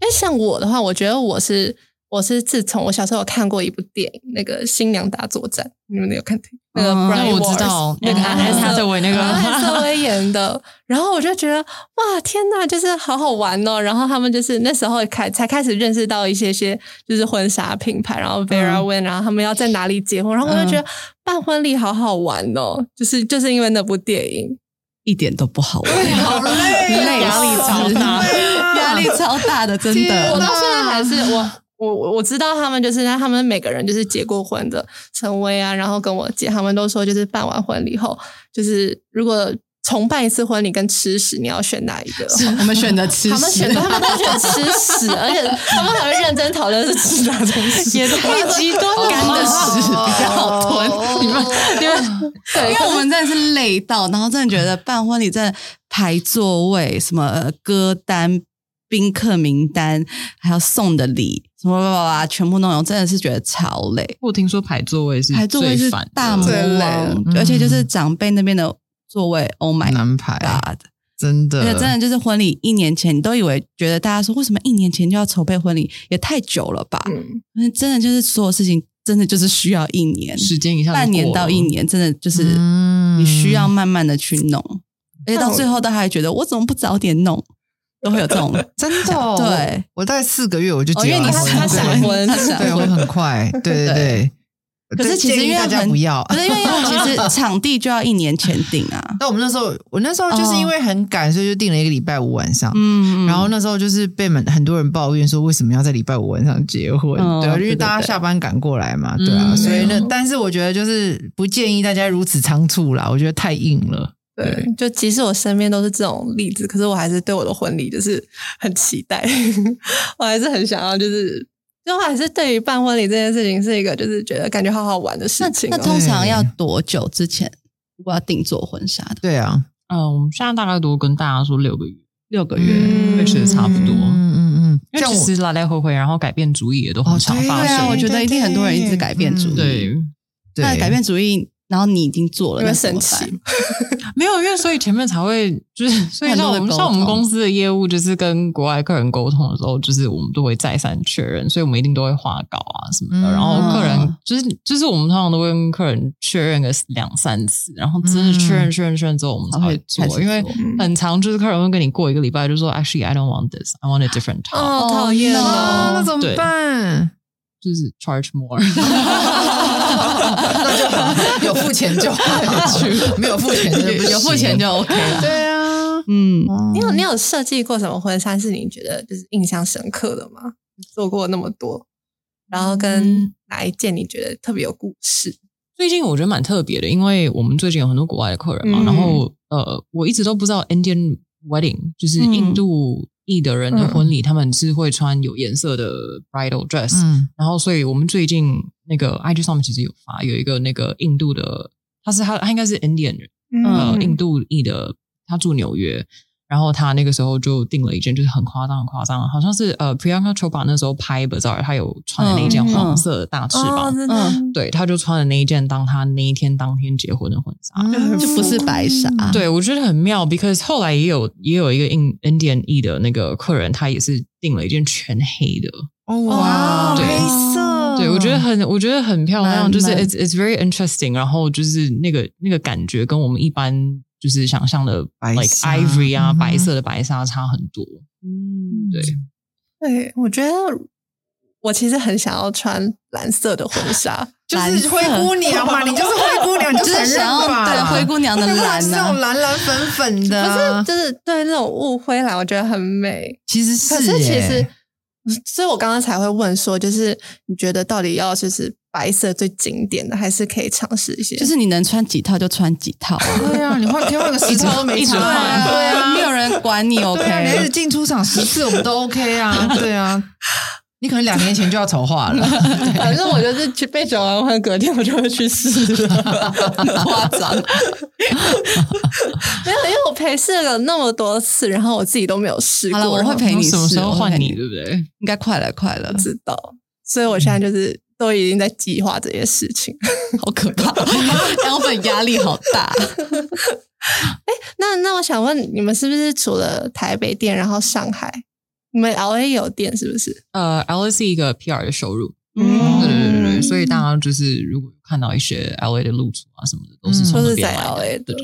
Speaker 2: 哎，像我的话，我觉得我是我是自从我小时候有看过一部电影，那个《新娘打作战》，你们有看那个
Speaker 1: 嗯
Speaker 2: Brian
Speaker 4: 那
Speaker 2: Walsh,、
Speaker 4: 我知道，
Speaker 2: 那个
Speaker 4: 嗯
Speaker 2: 安
Speaker 4: 他
Speaker 2: 瑟
Speaker 4: 在为那
Speaker 2: 安
Speaker 4: 个
Speaker 2: 瑟薇演的，然后我就觉得哇，天呐，就是好好玩哦。然后他们就是那时候开才开始认识到一些些就是婚纱品牌，然后
Speaker 4: 嗯
Speaker 2: Vera Win，、然后他们要在哪里结婚，然后我就觉得办婚礼好好玩哦，就是就是因为那部电影，
Speaker 1: 一点都不好玩，
Speaker 3: 好累啊
Speaker 1: 累
Speaker 4: 压力超大
Speaker 1: 压力超大的，真
Speaker 3: 天
Speaker 2: 我
Speaker 1: 的
Speaker 3: 哪。
Speaker 2: 到现在还是我。我我我知道他们就是，他们每个人就是结过婚的，陈薇啊，然后跟我姐，他们都说就是办完婚礼后，就是如果重办一次婚礼跟吃屎，你要选哪一个？
Speaker 1: 我们选择吃
Speaker 2: 他们
Speaker 1: 屎
Speaker 2: 选，他们都选吃 屎，而且他们还会认真讨论是吃哪种屎，也太
Speaker 1: 极端了哦干的屎比较好吞。
Speaker 2: 你们你
Speaker 1: 哦
Speaker 2: 们对，
Speaker 1: 因为我们真的是累到，然后真的觉得办婚礼真的排座位、什么呃歌单、宾客名单，还有送的礼，什么吧吧吧，全部弄完，真的是觉得超累。
Speaker 4: 我听说排座位是
Speaker 1: 排座位
Speaker 4: 嗯最
Speaker 1: 是
Speaker 4: 烦的
Speaker 1: 大魔
Speaker 2: 最
Speaker 1: 王
Speaker 2: 累，
Speaker 3: 的
Speaker 1: 而且就是
Speaker 3: 嗯
Speaker 1: 长辈那边的座位，Oh my
Speaker 3: 难排，
Speaker 1: God！
Speaker 3: 真的，
Speaker 1: 而且哎真的就是婚礼一年前，你都以为觉得大家说为什么一年前就要筹备婚礼，也太久了吧？
Speaker 2: 嗯
Speaker 1: 那真的就是所有事情，真的就是需要一年，
Speaker 4: 时间一下就
Speaker 1: 半年
Speaker 4: 过了
Speaker 1: 到一，年，真的就是。
Speaker 3: 嗯
Speaker 1: 你需要慢慢的去弄，而且
Speaker 2: 那
Speaker 1: 到
Speaker 2: 我
Speaker 1: 最后都还觉得我怎么不早点弄，都会有这种
Speaker 3: 真的哦，
Speaker 1: 对
Speaker 3: 我大概四个月我就
Speaker 1: 哦，
Speaker 3: 结
Speaker 1: 因为
Speaker 3: 完
Speaker 1: 你
Speaker 3: 婚了，
Speaker 2: 他
Speaker 3: 对
Speaker 2: 想婚
Speaker 1: 他想
Speaker 3: 对，我
Speaker 1: 婚，
Speaker 3: 很快， 对对对。
Speaker 1: 可是
Speaker 3: 对
Speaker 1: 其实
Speaker 3: 建议
Speaker 1: 因为
Speaker 3: 大家
Speaker 1: 很
Speaker 3: 不要
Speaker 1: 可，是因为其实场地就要一年前定啊，
Speaker 3: 那我们那时候，我那时候就是因为很赶，所以就定了一个礼拜五晚上。
Speaker 1: 嗯，
Speaker 3: 然后那时候就是被很很多人抱怨说，为什么要在礼拜五晚上结婚？
Speaker 1: 哦
Speaker 3: 对啊，因
Speaker 1: 对
Speaker 3: 为
Speaker 1: 对
Speaker 3: 大家下班赶过来嘛，对啊。
Speaker 4: 嗯
Speaker 3: 所以
Speaker 2: 没
Speaker 3: 呢
Speaker 2: 有，
Speaker 3: 但是我觉得就是不建议大家如此仓促啦，我觉得太硬了。
Speaker 2: 对，就即使我身边都是这种例子，可是我还是对我的婚礼就是很期待， 我还是很想要，就是就我还是对于办婚礼这件事情是一个就是觉得感觉好好玩的事
Speaker 1: 那
Speaker 2: 情、
Speaker 1: 那
Speaker 2: 哦。
Speaker 1: 通常要多久之前如果要定做婚纱的？
Speaker 3: 对啊，
Speaker 4: 呃，我们现在大概都跟大家说六个月，
Speaker 1: 六个月，
Speaker 2: 嗯
Speaker 4: 会觉得差不多。
Speaker 3: 嗯嗯嗯，
Speaker 4: 因为
Speaker 3: 像
Speaker 4: 其
Speaker 3: 我
Speaker 4: 实来来回回，然后改变主意也都很常
Speaker 3: 对
Speaker 4: 发
Speaker 1: 对啊，
Speaker 4: 生。
Speaker 1: 我觉得一定很多人一直改变主意，
Speaker 3: 嗯
Speaker 4: 对，
Speaker 1: 那改变主意，然后你已经做了，
Speaker 2: 因为
Speaker 1: 那怎
Speaker 2: 神
Speaker 1: 么
Speaker 2: 奇
Speaker 1: 办？
Speaker 4: 没有，因为所以前面才会 就是，所以像我
Speaker 1: 很多的沟
Speaker 4: 们
Speaker 1: 通
Speaker 4: 像我们公司的业务，就是跟国外客人沟通的时候，就是我们都会再三确认，所以我们一定都会画稿啊什么的。
Speaker 3: 嗯
Speaker 4: 然后客人就是就是我们通常都会跟客人确认个两三次，然后真的确认
Speaker 3: 嗯
Speaker 4: 确认确认之后，我们才会
Speaker 1: 才会开
Speaker 4: 做，
Speaker 1: 始
Speaker 4: 因为
Speaker 1: 做嗯
Speaker 4: 很长就是客人会跟你过一个礼拜，就说 actually I don't want this, I want a different type，、
Speaker 2: 哦，讨厌
Speaker 3: 啊，那
Speaker 2: 哦，
Speaker 3: 怎么办？
Speaker 4: 就是 charge more。
Speaker 3: 那就好有付钱就好，没有付钱就 不行
Speaker 1: 有付钱就 OK 了。
Speaker 3: 对啊。
Speaker 1: 嗯，
Speaker 2: 你有你有设计过什么婚纱是你觉得就是印象深刻的吗？做过那么多，然后跟
Speaker 4: 嗯
Speaker 2: 哪一件你觉得特别有故事？
Speaker 4: 最近我觉得蛮特别的，因为我们最近有很多国外的客人嘛，
Speaker 2: 嗯
Speaker 4: 然后呃，我一直都不知道 Indian wedding 就是
Speaker 2: 嗯
Speaker 4: 印度裔的人的婚礼，他们是会穿有颜色的 bridal dress，、
Speaker 3: 嗯
Speaker 4: 然后所以我们最近那个 IG 上面其实有发有一个那个印度的，他是他他应该是 Indian 人，
Speaker 2: 嗯
Speaker 4: 呃，印度裔的，他住纽约。然后他那个时候就订了一件，就是很夸张、很夸张，好像是呃，Priyanka Chopra 那时候拍 Bazaar，他有穿的那一件
Speaker 2: 嗯嗯
Speaker 4: 黄色的大翅膀，
Speaker 2: 哦，真的
Speaker 1: 嗯
Speaker 4: 对，他就穿了那一件当他那一天当天结婚的婚纱。
Speaker 3: 嗯
Speaker 1: 就不是白纱
Speaker 4: 对，我觉得很妙，because 后来也有也有一个印 Indian E 的那个客人，他也是订了一件全黑的。
Speaker 3: 哦
Speaker 2: 哇
Speaker 3: 哇，
Speaker 4: 对
Speaker 3: 黑色，
Speaker 4: 对，我觉得很我觉得很漂亮，
Speaker 1: 蛮
Speaker 4: 就是
Speaker 1: 蛮
Speaker 4: it's it's very interesting。然后就是那个那个感觉跟我们一般就是想象的
Speaker 3: 白
Speaker 4: like
Speaker 3: 纱
Speaker 4: ivory 啊、
Speaker 3: 嗯哼
Speaker 4: 白色的白纱差很多。
Speaker 1: 嗯
Speaker 4: 对，
Speaker 2: 对，我觉得我其实很想要穿蓝色的婚纱，
Speaker 3: 就是灰姑娘嘛，你就是灰姑娘，你
Speaker 1: 就
Speaker 3: 就承
Speaker 1: 是
Speaker 3: 认
Speaker 1: 想要
Speaker 3: 吧。
Speaker 1: 对灰姑娘的啊
Speaker 3: 那
Speaker 1: 蓝
Speaker 3: 是那
Speaker 1: 呢、
Speaker 3: 种蓝蓝粉粉
Speaker 2: 不
Speaker 3: 的啊，
Speaker 1: 嗯
Speaker 2: 是就是对那种雾灰蓝，我觉得很美。
Speaker 3: 其实
Speaker 2: 可
Speaker 3: 是
Speaker 2: 是其
Speaker 3: 耶
Speaker 2: 实，嗯所以我刚刚才会问说，就是你觉得到底要就是白色最经典的，还是可以尝试一些？
Speaker 1: 就是你能穿几套就穿几套、啊，
Speaker 3: 对啊，你换天换个十套都没
Speaker 4: 一直
Speaker 3: 差
Speaker 4: 换
Speaker 3: 啊，
Speaker 1: 对
Speaker 3: 对
Speaker 1: 啊，
Speaker 3: 啊，
Speaker 1: 没有人管你
Speaker 3: 对啊，你一直
Speaker 1: ，OK。
Speaker 3: 进出场十次我们都 OK 啊，对啊，你可能两年前就要筹划了，
Speaker 2: 反正我就是去被转完换，隔天我就会去试了， 夸张。没有，因为我陪试了那么多次，然后我自己都没有试过。
Speaker 1: 好了，我
Speaker 2: 然后
Speaker 1: 会陪你试。
Speaker 4: 什么时候
Speaker 1: 我会陪
Speaker 4: 换你，对不对？
Speaker 1: 应该快了，快了
Speaker 2: 不，知道， 所以我
Speaker 1: 嗯
Speaker 2: 现在就是都已经在计划这些事情。
Speaker 1: 好可怕 l v i n 压力好大。
Speaker 2: 那那我想问，你们是不是除了台北店，然后上海，你们 L A 有店是不是？
Speaker 4: 呃，L A 是一个 P R 的收入，
Speaker 1: 嗯
Speaker 4: 对对对对
Speaker 2: 嗯
Speaker 4: 对，所以大家就是如果看到一些 L A 的露出啊什么的，都是
Speaker 3: 嗯
Speaker 4: 从
Speaker 2: 都
Speaker 4: 那
Speaker 2: 是
Speaker 4: 边
Speaker 2: 在
Speaker 4: 来
Speaker 2: L
Speaker 4: 的
Speaker 2: A 的
Speaker 4: 对。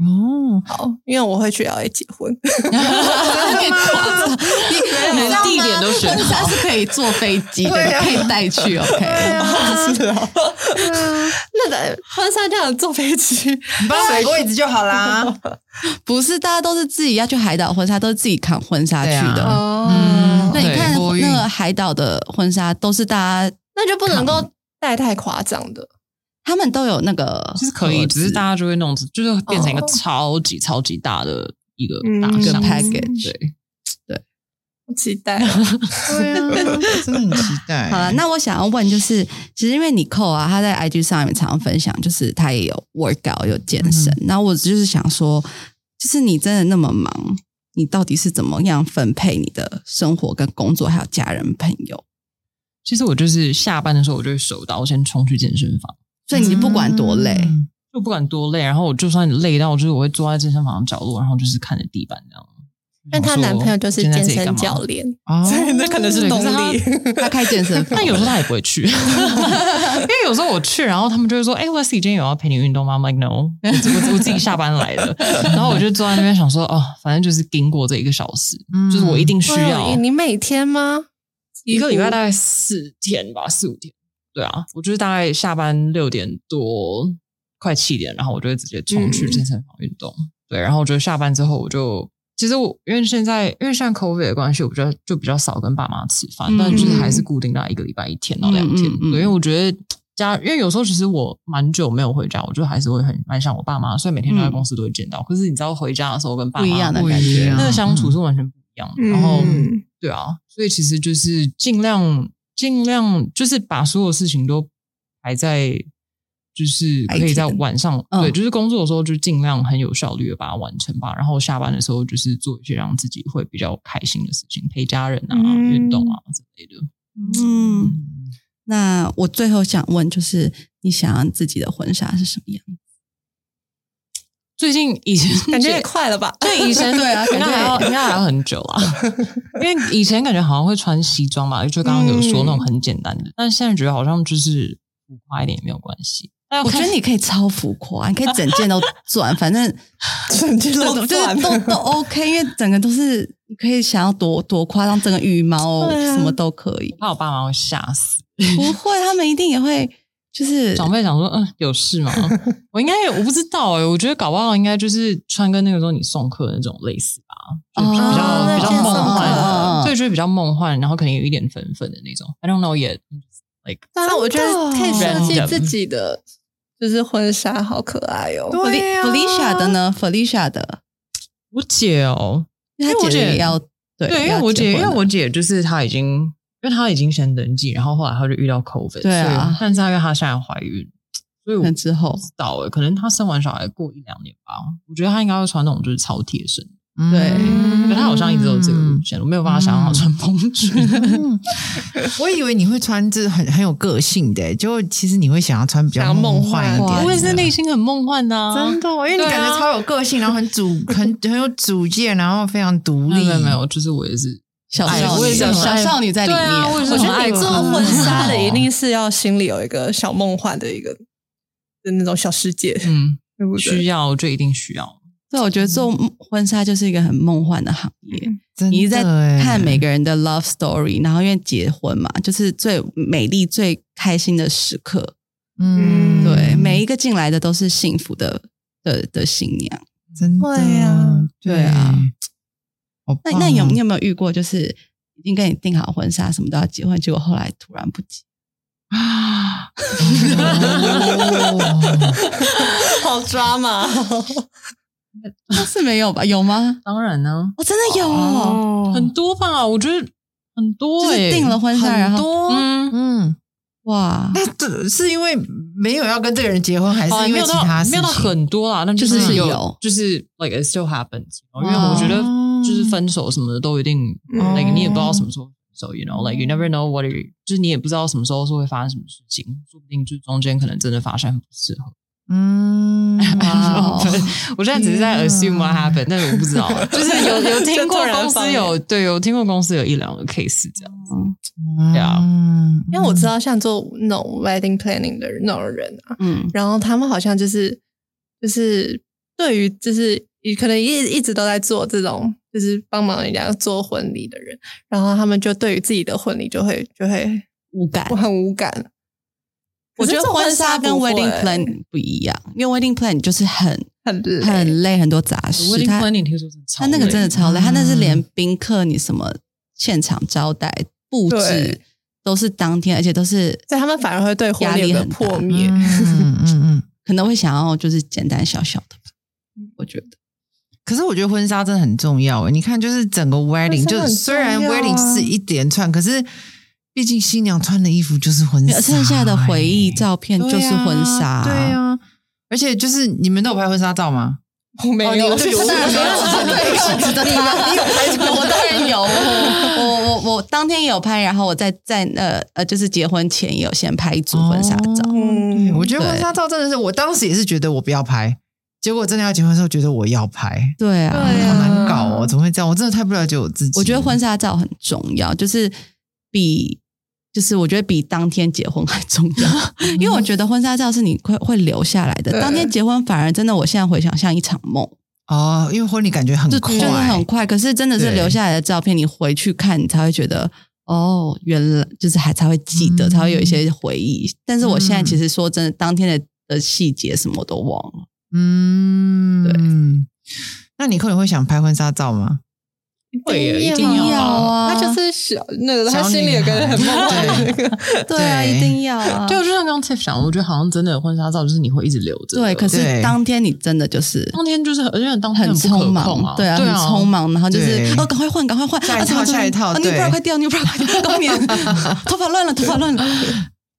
Speaker 3: 哦，
Speaker 2: 好，因为我会去 L A 结婚。
Speaker 1: 你夸张你
Speaker 4: 连地点都选好
Speaker 1: 婚纱是可以坐飞机的，
Speaker 3: 对啊
Speaker 1: 可以带去，OK。
Speaker 2: 是啊，那得婚纱这样坐飞机，
Speaker 3: 你帮我买个位置就好啦。
Speaker 1: 不是，大家都是自己要去海岛婚纱，都是自己扛婚纱去
Speaker 3: 对啊
Speaker 1: 的。
Speaker 4: 嗯
Speaker 2: 哦
Speaker 1: 那你看
Speaker 3: 对托运
Speaker 1: 那个海岛的婚纱，都是大家
Speaker 2: 那就不能够戴太夸张的。
Speaker 1: 他们都有那个盒子，
Speaker 4: 其实可以，只是大家就会弄，就是变成一个
Speaker 2: 哦
Speaker 4: 超级超级大的一个
Speaker 2: 嗯
Speaker 4: 大
Speaker 1: 一个
Speaker 4: 项目
Speaker 1: package。
Speaker 4: 对，
Speaker 2: 我期待，
Speaker 3: 对啊，真的很期待。
Speaker 1: 好了，那我想要问，就是其实因为你扣啊，他在 IG 上面常常分享，就是他也有 workout 有健身，
Speaker 4: 嗯
Speaker 1: 然后我就是想说，就是你真的那么忙，你到底是怎么样分配你的生活跟工作，还有家人朋友？
Speaker 4: 其实我就是下班的时候，我就会手刀先冲去健身房，
Speaker 1: 所以你不管多累，
Speaker 3: 嗯
Speaker 4: 就不管多累，然后我就算累到，就是我会坐在健身房的角落，然后就是看着地板这样。
Speaker 2: 但她男朋友就是
Speaker 4: 想说
Speaker 2: 健
Speaker 4: 现在自己干
Speaker 2: 身
Speaker 4: 嘛
Speaker 2: 教练，
Speaker 3: 哦，
Speaker 2: 那可能是动力。
Speaker 1: 他开健身房
Speaker 4: 但，有 时候他也不会去，因为有时候我去，然后他们就会说：“哎、l e s l i e 今天有要陪你运动吗？” I'm like no，我我我自 己下班来的。然后我就坐在那边想说：“哦，反正就是经过这一个小时，
Speaker 3: 嗯
Speaker 4: 就是我一定需
Speaker 2: 哇
Speaker 4: 要
Speaker 2: 啊你每天吗？
Speaker 4: 一个礼拜大概四天吧，四五天。”对啊，我就是大概下班六点多，快七点，然后我就会直接冲
Speaker 1: 嗯
Speaker 4: 去健身房运动。对，然后我就下班之后，我就其实我因为现在因为现在 COVID 的关系，我比较就比较少跟爸妈吃饭，
Speaker 1: 嗯
Speaker 4: 但就是还是固定到一个礼拜一天到两天。
Speaker 1: 嗯嗯嗯
Speaker 4: 对，因为我觉得家，因为有时候其实我蛮久没有回家，我就还是会很蛮想我爸妈，虽然每天都在公司都会见到，可是你知道回家的时候跟爸妈
Speaker 1: 嗯不一样的
Speaker 3: 不
Speaker 1: 感
Speaker 3: 一
Speaker 1: 觉
Speaker 3: 样
Speaker 4: 那个相处是完全不一样的。
Speaker 2: 嗯
Speaker 4: 然后对啊，所以其实就是尽量尽量就是把所有事情都排在，就是可以在晚上，
Speaker 1: 白天
Speaker 4: 对，
Speaker 1: 嗯
Speaker 4: 就是工作的时候就尽量很有效率的把它完成吧。然后下班的时候就是做一些让自己会比较开心的事情，陪家人啊、
Speaker 2: 嗯
Speaker 4: 运动啊之类的。
Speaker 1: 嗯。那我最后想问，就是你想要自己的婚纱是什么样？
Speaker 4: 最近以前
Speaker 2: 感觉也 快了吧？
Speaker 4: 对以前
Speaker 1: 对啊感
Speaker 4: 那
Speaker 1: 觉
Speaker 4: 还要那还要很久啊，因为以前感觉好像会穿西装吧，就刚刚有说
Speaker 2: 嗯
Speaker 4: 那种很简单的，但现在觉得好像就是浮夸一点也没有关系。但
Speaker 1: 我觉得你可以超浮夸，你可以整件都钻， 反正
Speaker 2: 整天
Speaker 1: 都就是
Speaker 2: 转
Speaker 1: 都都 OK，因为整个都是你可以想要多多夸张，整个羽毛、
Speaker 2: 对啊
Speaker 1: 什么都可以
Speaker 4: 我。怕我爸妈会吓死。
Speaker 1: 不会，他们一定也会就是
Speaker 4: 长辈想说，嗯，有 事吗？我应该也我不知道哎、我觉得搞不好应该就是穿跟那个时候你送客的那种类似吧，就比较、
Speaker 1: 哦
Speaker 4: 比较
Speaker 2: 那件
Speaker 4: 梦幻
Speaker 2: 送客
Speaker 1: 嗯嗯嗯
Speaker 4: 的，对，就是比较梦幻，然后可能有一点粉粉的那种。I don't know yet。Like
Speaker 2: 但啊我觉得可以设计
Speaker 4: Random
Speaker 2: 自己的，就是婚纱，好可爱哦。
Speaker 3: 对啊
Speaker 1: Felicia 的呢，Felicia 的，
Speaker 4: 我姐哦，
Speaker 1: 因为她
Speaker 4: 因为我
Speaker 1: 姐
Speaker 4: 姐
Speaker 1: 也要对
Speaker 4: 对，因
Speaker 1: 要
Speaker 4: 为我姐，
Speaker 1: 结
Speaker 4: 因
Speaker 1: 婚
Speaker 4: 为
Speaker 1: 了
Speaker 4: 我姐就是她已经，因为她已经先登记，然后后来她就遇到 COVID，
Speaker 1: 对啊
Speaker 4: 所以但是她因为她现在怀孕，所以
Speaker 1: 可
Speaker 4: 我
Speaker 1: 能之后
Speaker 4: 不知道欸可能她生完小孩过一两年吧，我觉得她应该会穿那种就是超贴身，
Speaker 1: 对
Speaker 3: 嗯
Speaker 4: 可她好像一直都有这个路线，我没有办法想象她穿蓬裙。
Speaker 3: 嗯我以为你会穿这很很有个性的，结果其实你会想要穿比较
Speaker 2: 想要梦
Speaker 3: 幻一
Speaker 2: 幻
Speaker 3: 点
Speaker 4: 我
Speaker 3: 的，
Speaker 4: 也是内心很梦幻呐、
Speaker 3: 真的，因为你感
Speaker 2: 啊
Speaker 3: 觉超有个性，然后很主很很有主见，然后非常独立。
Speaker 4: 没有没有没有，就是我也是
Speaker 1: 小
Speaker 4: 哎
Speaker 1: 少
Speaker 4: 我
Speaker 1: 女
Speaker 4: 也是
Speaker 1: 小
Speaker 4: 很
Speaker 1: 小
Speaker 4: 爱
Speaker 1: 少女在里
Speaker 4: 对啊
Speaker 1: 面，
Speaker 4: 我也是
Speaker 2: 我
Speaker 4: 很
Speaker 2: 觉
Speaker 4: 爱
Speaker 2: 得你
Speaker 4: 我
Speaker 2: 做婚纱的一定是要心里有一个小梦幻的一个的那种小世界，
Speaker 4: 嗯，
Speaker 2: 对不
Speaker 4: 需
Speaker 2: 对？
Speaker 4: 要就一定需要，
Speaker 1: 对，啊我觉得做婚纱就是一个很梦幻的行业。
Speaker 4: 嗯
Speaker 3: 真的
Speaker 1: 你一直在
Speaker 3: 欸
Speaker 1: 看每个人的 love story，然后因为结婚嘛，就是最美丽、最开心的时刻。
Speaker 3: 嗯，
Speaker 1: 对，每一个进来的都是幸福的的的新娘。
Speaker 3: 真的
Speaker 2: 对啊
Speaker 1: 对啊，
Speaker 3: 好棒
Speaker 1: 那
Speaker 3: 哦
Speaker 1: 那有 你有没有遇过，就是已经跟你订好婚纱，什么都要结婚，结果后来突然不结？
Speaker 3: 啊？哦
Speaker 2: 好抓 嘛！
Speaker 1: 是没有吧？有吗？
Speaker 4: 当然呢，
Speaker 1: 哦，真的有哦，
Speaker 3: 哦
Speaker 4: 很多吧，我觉得很多、
Speaker 1: 就是
Speaker 4: 欸，
Speaker 1: 订了婚纱然
Speaker 4: 很
Speaker 1: 后
Speaker 4: 多，
Speaker 2: 嗯，
Speaker 3: 嗯，
Speaker 1: 哇！
Speaker 3: 那这是因为没有要跟这个人结婚，还是
Speaker 4: 哦，
Speaker 3: 因
Speaker 4: 没
Speaker 3: 为
Speaker 4: 有
Speaker 3: 其
Speaker 4: 到
Speaker 3: 他事
Speaker 4: 没有到
Speaker 3: 情
Speaker 4: 很多啦，那就
Speaker 1: 就是
Speaker 4: 是
Speaker 1: 有
Speaker 4: 就是 like it still happens，因为我
Speaker 1: 哦
Speaker 4: 觉得就是分手什么的都一定
Speaker 2: 嗯
Speaker 4: ，like 你也不知道什么时候分手，you know like you never know what you- 就是你也不知道什么时候是会发生什么事情，说不定就是中间可能真的发生很不适合。
Speaker 3: 嗯，
Speaker 1: 哇哦
Speaker 4: 我现在只是在 assume what happened，但是我不知道啊， 就是有有听
Speaker 2: 就突
Speaker 4: 过
Speaker 2: 然
Speaker 4: 公
Speaker 2: 翻
Speaker 4: 司
Speaker 2: 脸
Speaker 4: 有对有听过公司有一两个 case 这样，
Speaker 3: 对
Speaker 4: 啊
Speaker 3: 嗯
Speaker 2: 因为我知道像做那种 wedding planning 的那种人啊，
Speaker 1: 嗯，
Speaker 2: 然后他们好像就是就是对于就是可能一一直都在做这种就是帮忙人家做婚礼的人，然后他们就对于自己的婚礼就会就会
Speaker 1: 无感
Speaker 2: 我。很无感。
Speaker 1: 我觉
Speaker 2: 可
Speaker 1: 得
Speaker 2: 是做
Speaker 1: 婚纱跟
Speaker 2: 不会
Speaker 1: wedding plan 不一样，因为 wedding plan 就是很
Speaker 2: 很累
Speaker 1: 很累，很多杂事。
Speaker 4: wedding
Speaker 1: 它
Speaker 4: planning 听说真的超
Speaker 1: 他那个
Speaker 4: 累
Speaker 1: 真的 超累，他那是
Speaker 3: 嗯
Speaker 1: 连宾客你什么现场招待布置
Speaker 2: 对
Speaker 1: 都是当天，而且都是
Speaker 2: 所以他们反而会对婚
Speaker 1: 压
Speaker 2: 礼
Speaker 1: 力
Speaker 2: 有个
Speaker 1: 很大
Speaker 2: 破灭
Speaker 3: 嗯嗯嗯嗯。
Speaker 1: 可能会想要就是简单小小的吧，我觉得
Speaker 3: 可是我觉得婚纱真的很重要欸诶，你看，就是整个 wedding，、
Speaker 2: 婚纱
Speaker 3: 就
Speaker 2: 很
Speaker 3: 是虽然
Speaker 2: 重要啊
Speaker 3: wedding 是一连串，可是毕竟新娘穿的衣服就是婚纱，
Speaker 1: 剩下的回忆
Speaker 3: 诶
Speaker 1: 照片
Speaker 3: 对啊
Speaker 1: 就是婚纱，
Speaker 3: 对啊。而且就是你们都有拍婚纱照吗？
Speaker 2: 我没
Speaker 3: 哦你
Speaker 2: 有，
Speaker 3: 对
Speaker 2: 我
Speaker 3: 我
Speaker 1: 当然没有
Speaker 3: 我
Speaker 1: 你没有指着他，我当然有，我我我我当天有拍，然后我在在呃呃，就是结婚前也有先拍一组婚纱照，
Speaker 3: 哦
Speaker 2: 嗯
Speaker 3: 对我觉得婚纱照真的是，我当时也是觉得我不要拍，结果真的要结婚的时候，觉得我要拍，
Speaker 1: 对啊，
Speaker 2: 对啊
Speaker 3: 好难搞哦，怎么会这样？我真的太不了解我自己。
Speaker 1: 我觉得婚纱照很重要，就是比就是我觉得比当天结婚还重要，因为我觉得婚纱照是你会会留下来的，
Speaker 2: 对
Speaker 1: 当天结婚反而真的，我现在回想像一场梦，
Speaker 3: 哦，因为婚礼感觉很
Speaker 1: 就
Speaker 3: 快，
Speaker 1: 就是很快，可是真的是
Speaker 3: 对
Speaker 1: 留下来的照片，你回去看，你才会觉得。哦，原来就是还才会记得，
Speaker 3: 嗯
Speaker 1: 才会有一些回忆。但是我现在其实说真的，当天的的细节什么都忘了。
Speaker 3: 嗯，
Speaker 1: 对。
Speaker 3: 那你可能会想拍婚纱照吗？
Speaker 4: 会
Speaker 2: 一
Speaker 4: 一
Speaker 2: 定
Speaker 4: 定
Speaker 2: 要
Speaker 4: 要啊
Speaker 1: 啊
Speaker 2: 他就是小那个，他
Speaker 3: 小
Speaker 2: 心里
Speaker 3: 女
Speaker 2: 有个
Speaker 3: 孩
Speaker 2: 很梦幻的那个，
Speaker 1: 对啊，
Speaker 3: 对
Speaker 1: 一定要啊。
Speaker 4: 对，就像刚刚 Tiff 讲，我觉得好像真的婚纱照就是你会一直留着的。
Speaker 1: 对，可是
Speaker 3: 对
Speaker 1: 当天你真的就是
Speaker 4: 当天就是很而且当天
Speaker 1: 很
Speaker 4: 不可
Speaker 1: 匆
Speaker 4: 控啊
Speaker 1: 忙，，对啊，
Speaker 4: 对
Speaker 1: 很
Speaker 4: 啊，
Speaker 1: 匆。忙，然后就是
Speaker 3: 对
Speaker 1: 哦，赶快换，赶快换，
Speaker 3: 下一套
Speaker 1: 啊怎么怎么
Speaker 3: 下一套
Speaker 1: 啊，你不
Speaker 3: 对
Speaker 1: 要快掉，你不要快掉，赶快点， 头发乱了，头发 乱了，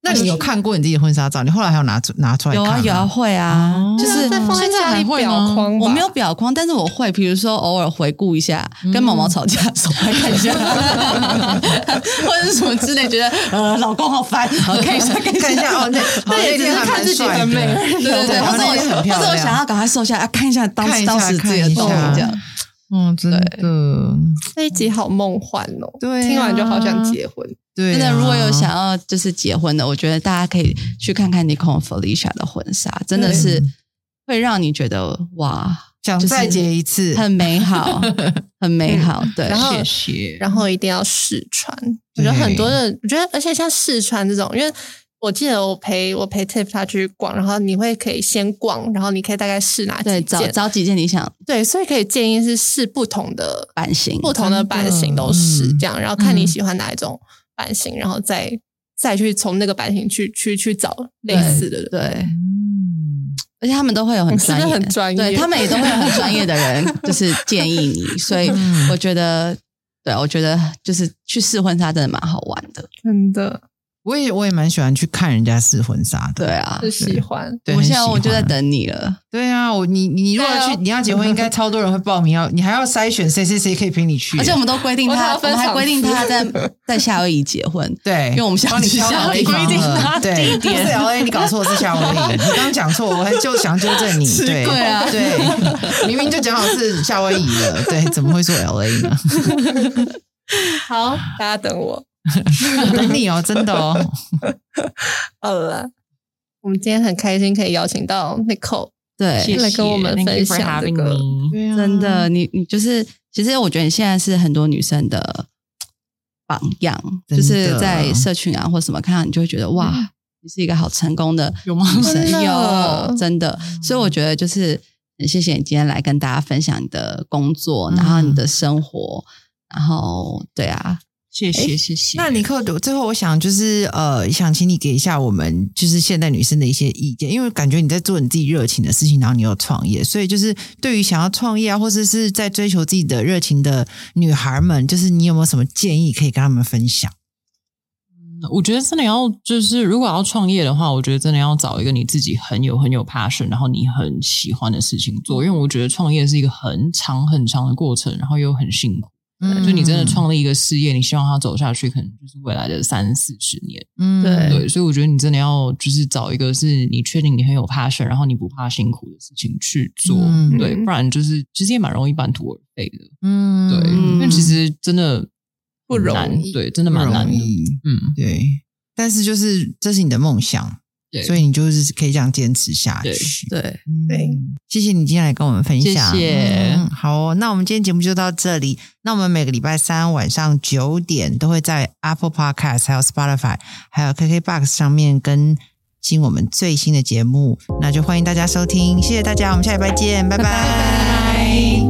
Speaker 3: 那你有看过你自己的婚纱照？你后来还有拿出拿出来
Speaker 1: 有
Speaker 3: 看
Speaker 1: 啊
Speaker 3: 吗
Speaker 1: 有啊，，会啊
Speaker 3: 哦，
Speaker 1: 就
Speaker 2: 对
Speaker 1: 是
Speaker 2: 啊再放在
Speaker 4: 现在
Speaker 2: 家里
Speaker 4: 还会
Speaker 2: 表
Speaker 4: 吗
Speaker 2: 框吧，
Speaker 1: 我没有表框，但是我会，比如说偶尔回顾一下，跟毛毛吵架的时候来看一 下，或者是什么之类，觉得呃老公好烦，然后看一下看一
Speaker 3: 看一
Speaker 1: 下
Speaker 3: 下哦，那好那
Speaker 1: 对只
Speaker 3: 天
Speaker 1: 是
Speaker 3: 还
Speaker 1: 看
Speaker 3: 蛮
Speaker 1: 自己
Speaker 3: 帅
Speaker 1: 很美
Speaker 3: 的，
Speaker 1: 对对对，
Speaker 3: 然
Speaker 1: 或
Speaker 3: 后
Speaker 1: 者
Speaker 3: 那天
Speaker 1: 我
Speaker 3: 很漂
Speaker 1: 或者我想
Speaker 3: 亮。
Speaker 1: 要赶快瘦下来，啊看一下当
Speaker 3: 看一下
Speaker 1: 当时自己
Speaker 3: 看
Speaker 1: 的
Speaker 3: 一
Speaker 1: 动物
Speaker 3: 下
Speaker 1: 这样。
Speaker 3: 嗯，真的，
Speaker 2: 这一集好梦幻哦，
Speaker 3: 对啊
Speaker 2: 听完就好想结婚。
Speaker 3: 对啊。
Speaker 1: 真的，如果有想要就是结婚的，我觉得大家可以去看看 Nicole Felicia 的婚纱，真的是会让你觉得哇，
Speaker 3: 想再结一次，
Speaker 1: 很美 好，很美好。对，
Speaker 2: 然后
Speaker 1: 是
Speaker 3: 谢
Speaker 2: 然后一定要试穿。我觉得很多的，我觉得而且像试穿这种，因为我记得我陪我陪 Tip 他去逛，然后你会可以先逛，然后你可以大概试哪
Speaker 1: 对
Speaker 2: 几
Speaker 1: 找
Speaker 2: 件，
Speaker 1: 找几件你想
Speaker 2: 对，所以可以建议是试不同的
Speaker 1: 版型，
Speaker 2: 不同的版型都试，这样，然后看你喜欢哪一种版型，然后再再去从那个版型去去去找类似的。
Speaker 1: 对，
Speaker 3: 嗯，
Speaker 1: 而且他们都会有很专业，
Speaker 2: 是不是很专业
Speaker 1: 对他们也都会有很专业的人，就是建议你，所 以
Speaker 3: 嗯
Speaker 1: 我觉得。对，我觉得就是去试婚纱真的蛮好玩的。
Speaker 2: 真的
Speaker 3: 我也我也蛮喜欢去看人家试婚纱的，
Speaker 1: 对啊
Speaker 2: 是，喜欢，
Speaker 3: 对，
Speaker 1: 我
Speaker 3: 很
Speaker 1: 现
Speaker 3: 喜
Speaker 1: 在
Speaker 3: 欢
Speaker 1: 我就在。等你了。
Speaker 3: 对啊，我你你如果要去
Speaker 2: 对啊
Speaker 3: 你要结 婚，应该超多人会报名，要你还要筛选谁谁谁可以陪你去，
Speaker 1: 而且我们都规定
Speaker 2: 我想
Speaker 1: 他，
Speaker 2: 要
Speaker 1: 我
Speaker 2: 分
Speaker 1: 们还
Speaker 2: 场
Speaker 1: 规定
Speaker 2: 次
Speaker 1: 他在 在夏威夷结婚，
Speaker 3: 对，
Speaker 1: 因为我们想
Speaker 3: 帮你
Speaker 1: 去
Speaker 3: 挑
Speaker 1: 夏
Speaker 3: 好
Speaker 1: 威夷
Speaker 3: 地
Speaker 1: 嘛
Speaker 3: 方
Speaker 1: 规定
Speaker 3: 了，
Speaker 1: 他
Speaker 3: 对，
Speaker 1: 地点
Speaker 3: 不是 L A，你搞错是夏威 夷，你刚刚讲错，我还就想纠正你，对
Speaker 1: 对啊
Speaker 3: 对，明明就讲好是夏威夷了，对，怎么会说 L A 呢？
Speaker 2: 好，大家等我。
Speaker 3: 我等你哦，真的哦，
Speaker 2: 好了，我们今天很开心可以邀请到 Nicole
Speaker 1: 对，
Speaker 4: 谢谢
Speaker 2: 来跟我们
Speaker 4: Thank
Speaker 2: 分
Speaker 4: you for
Speaker 2: 享这
Speaker 4: having
Speaker 2: 个
Speaker 4: me
Speaker 3: 对啊
Speaker 1: 真的，你你就是，其实我觉得你现在是很多女生的榜样，
Speaker 3: 真
Speaker 1: 就
Speaker 3: 的
Speaker 1: 是在社群啊或什么看到你就会觉得哇，你是一个好成功的
Speaker 4: 有吗？
Speaker 1: 女生
Speaker 2: 真，的
Speaker 1: 有真的，所以我觉得就是很谢谢你今天来跟大家分享你的工作，
Speaker 3: 嗯
Speaker 1: 然后你的生活，然后对啊，
Speaker 4: 谢谢谢谢。
Speaker 3: 那尼克，最后我想就是呃，想请你给一下我们就是现代女生的一些意见，因为感觉你在做你自己热情的事情，然后你又创业，所以就是对于想要创业啊，或者是在追求自己的热情的女孩们，就是你有没有什么建议可以跟她们分享？
Speaker 4: 嗯我觉得真的要就是，如果要创业的话，我觉得真的要找一个你自己很有很有 passion，然后你很喜欢的事情做。因为我觉得创业是一个很长很长的过程，然后又很辛苦。就你真的，创立一个事业，你希望它走下去，可能就是未来的三四十年。
Speaker 3: 嗯
Speaker 2: 对
Speaker 4: 对，所以我觉得你真的要就是找一个是你确定你很有 passion，然后你不怕辛苦的事情去做。
Speaker 3: 嗯
Speaker 4: 对，
Speaker 2: 嗯
Speaker 4: 不然就是其实也蛮容易半途而废的。
Speaker 3: 嗯
Speaker 4: 对，因为其实真的
Speaker 2: 不容
Speaker 4: 很难
Speaker 2: 易
Speaker 4: 对，真的
Speaker 3: 不
Speaker 4: 蛮难
Speaker 3: 容
Speaker 4: 的。
Speaker 3: 易，
Speaker 4: 嗯，
Speaker 3: 对。但是就是这是你的梦想，
Speaker 4: 对，
Speaker 3: 所以你就是可以这样坚持下
Speaker 4: 对
Speaker 3: 去。
Speaker 1: 对，
Speaker 2: 对
Speaker 3: 嗯，谢谢你今天来跟我们分享，
Speaker 4: 谢谢
Speaker 3: 嗯好哦、那我们今天节目就到这里。那我们每个礼拜三晚上九点都会在 Apple Podcast、还有 Spotify、还有 KKBox 上面更新我们最新的节目，那就欢迎大家收听。谢谢大家，我们下礼拜见，拜拜
Speaker 1: 拜拜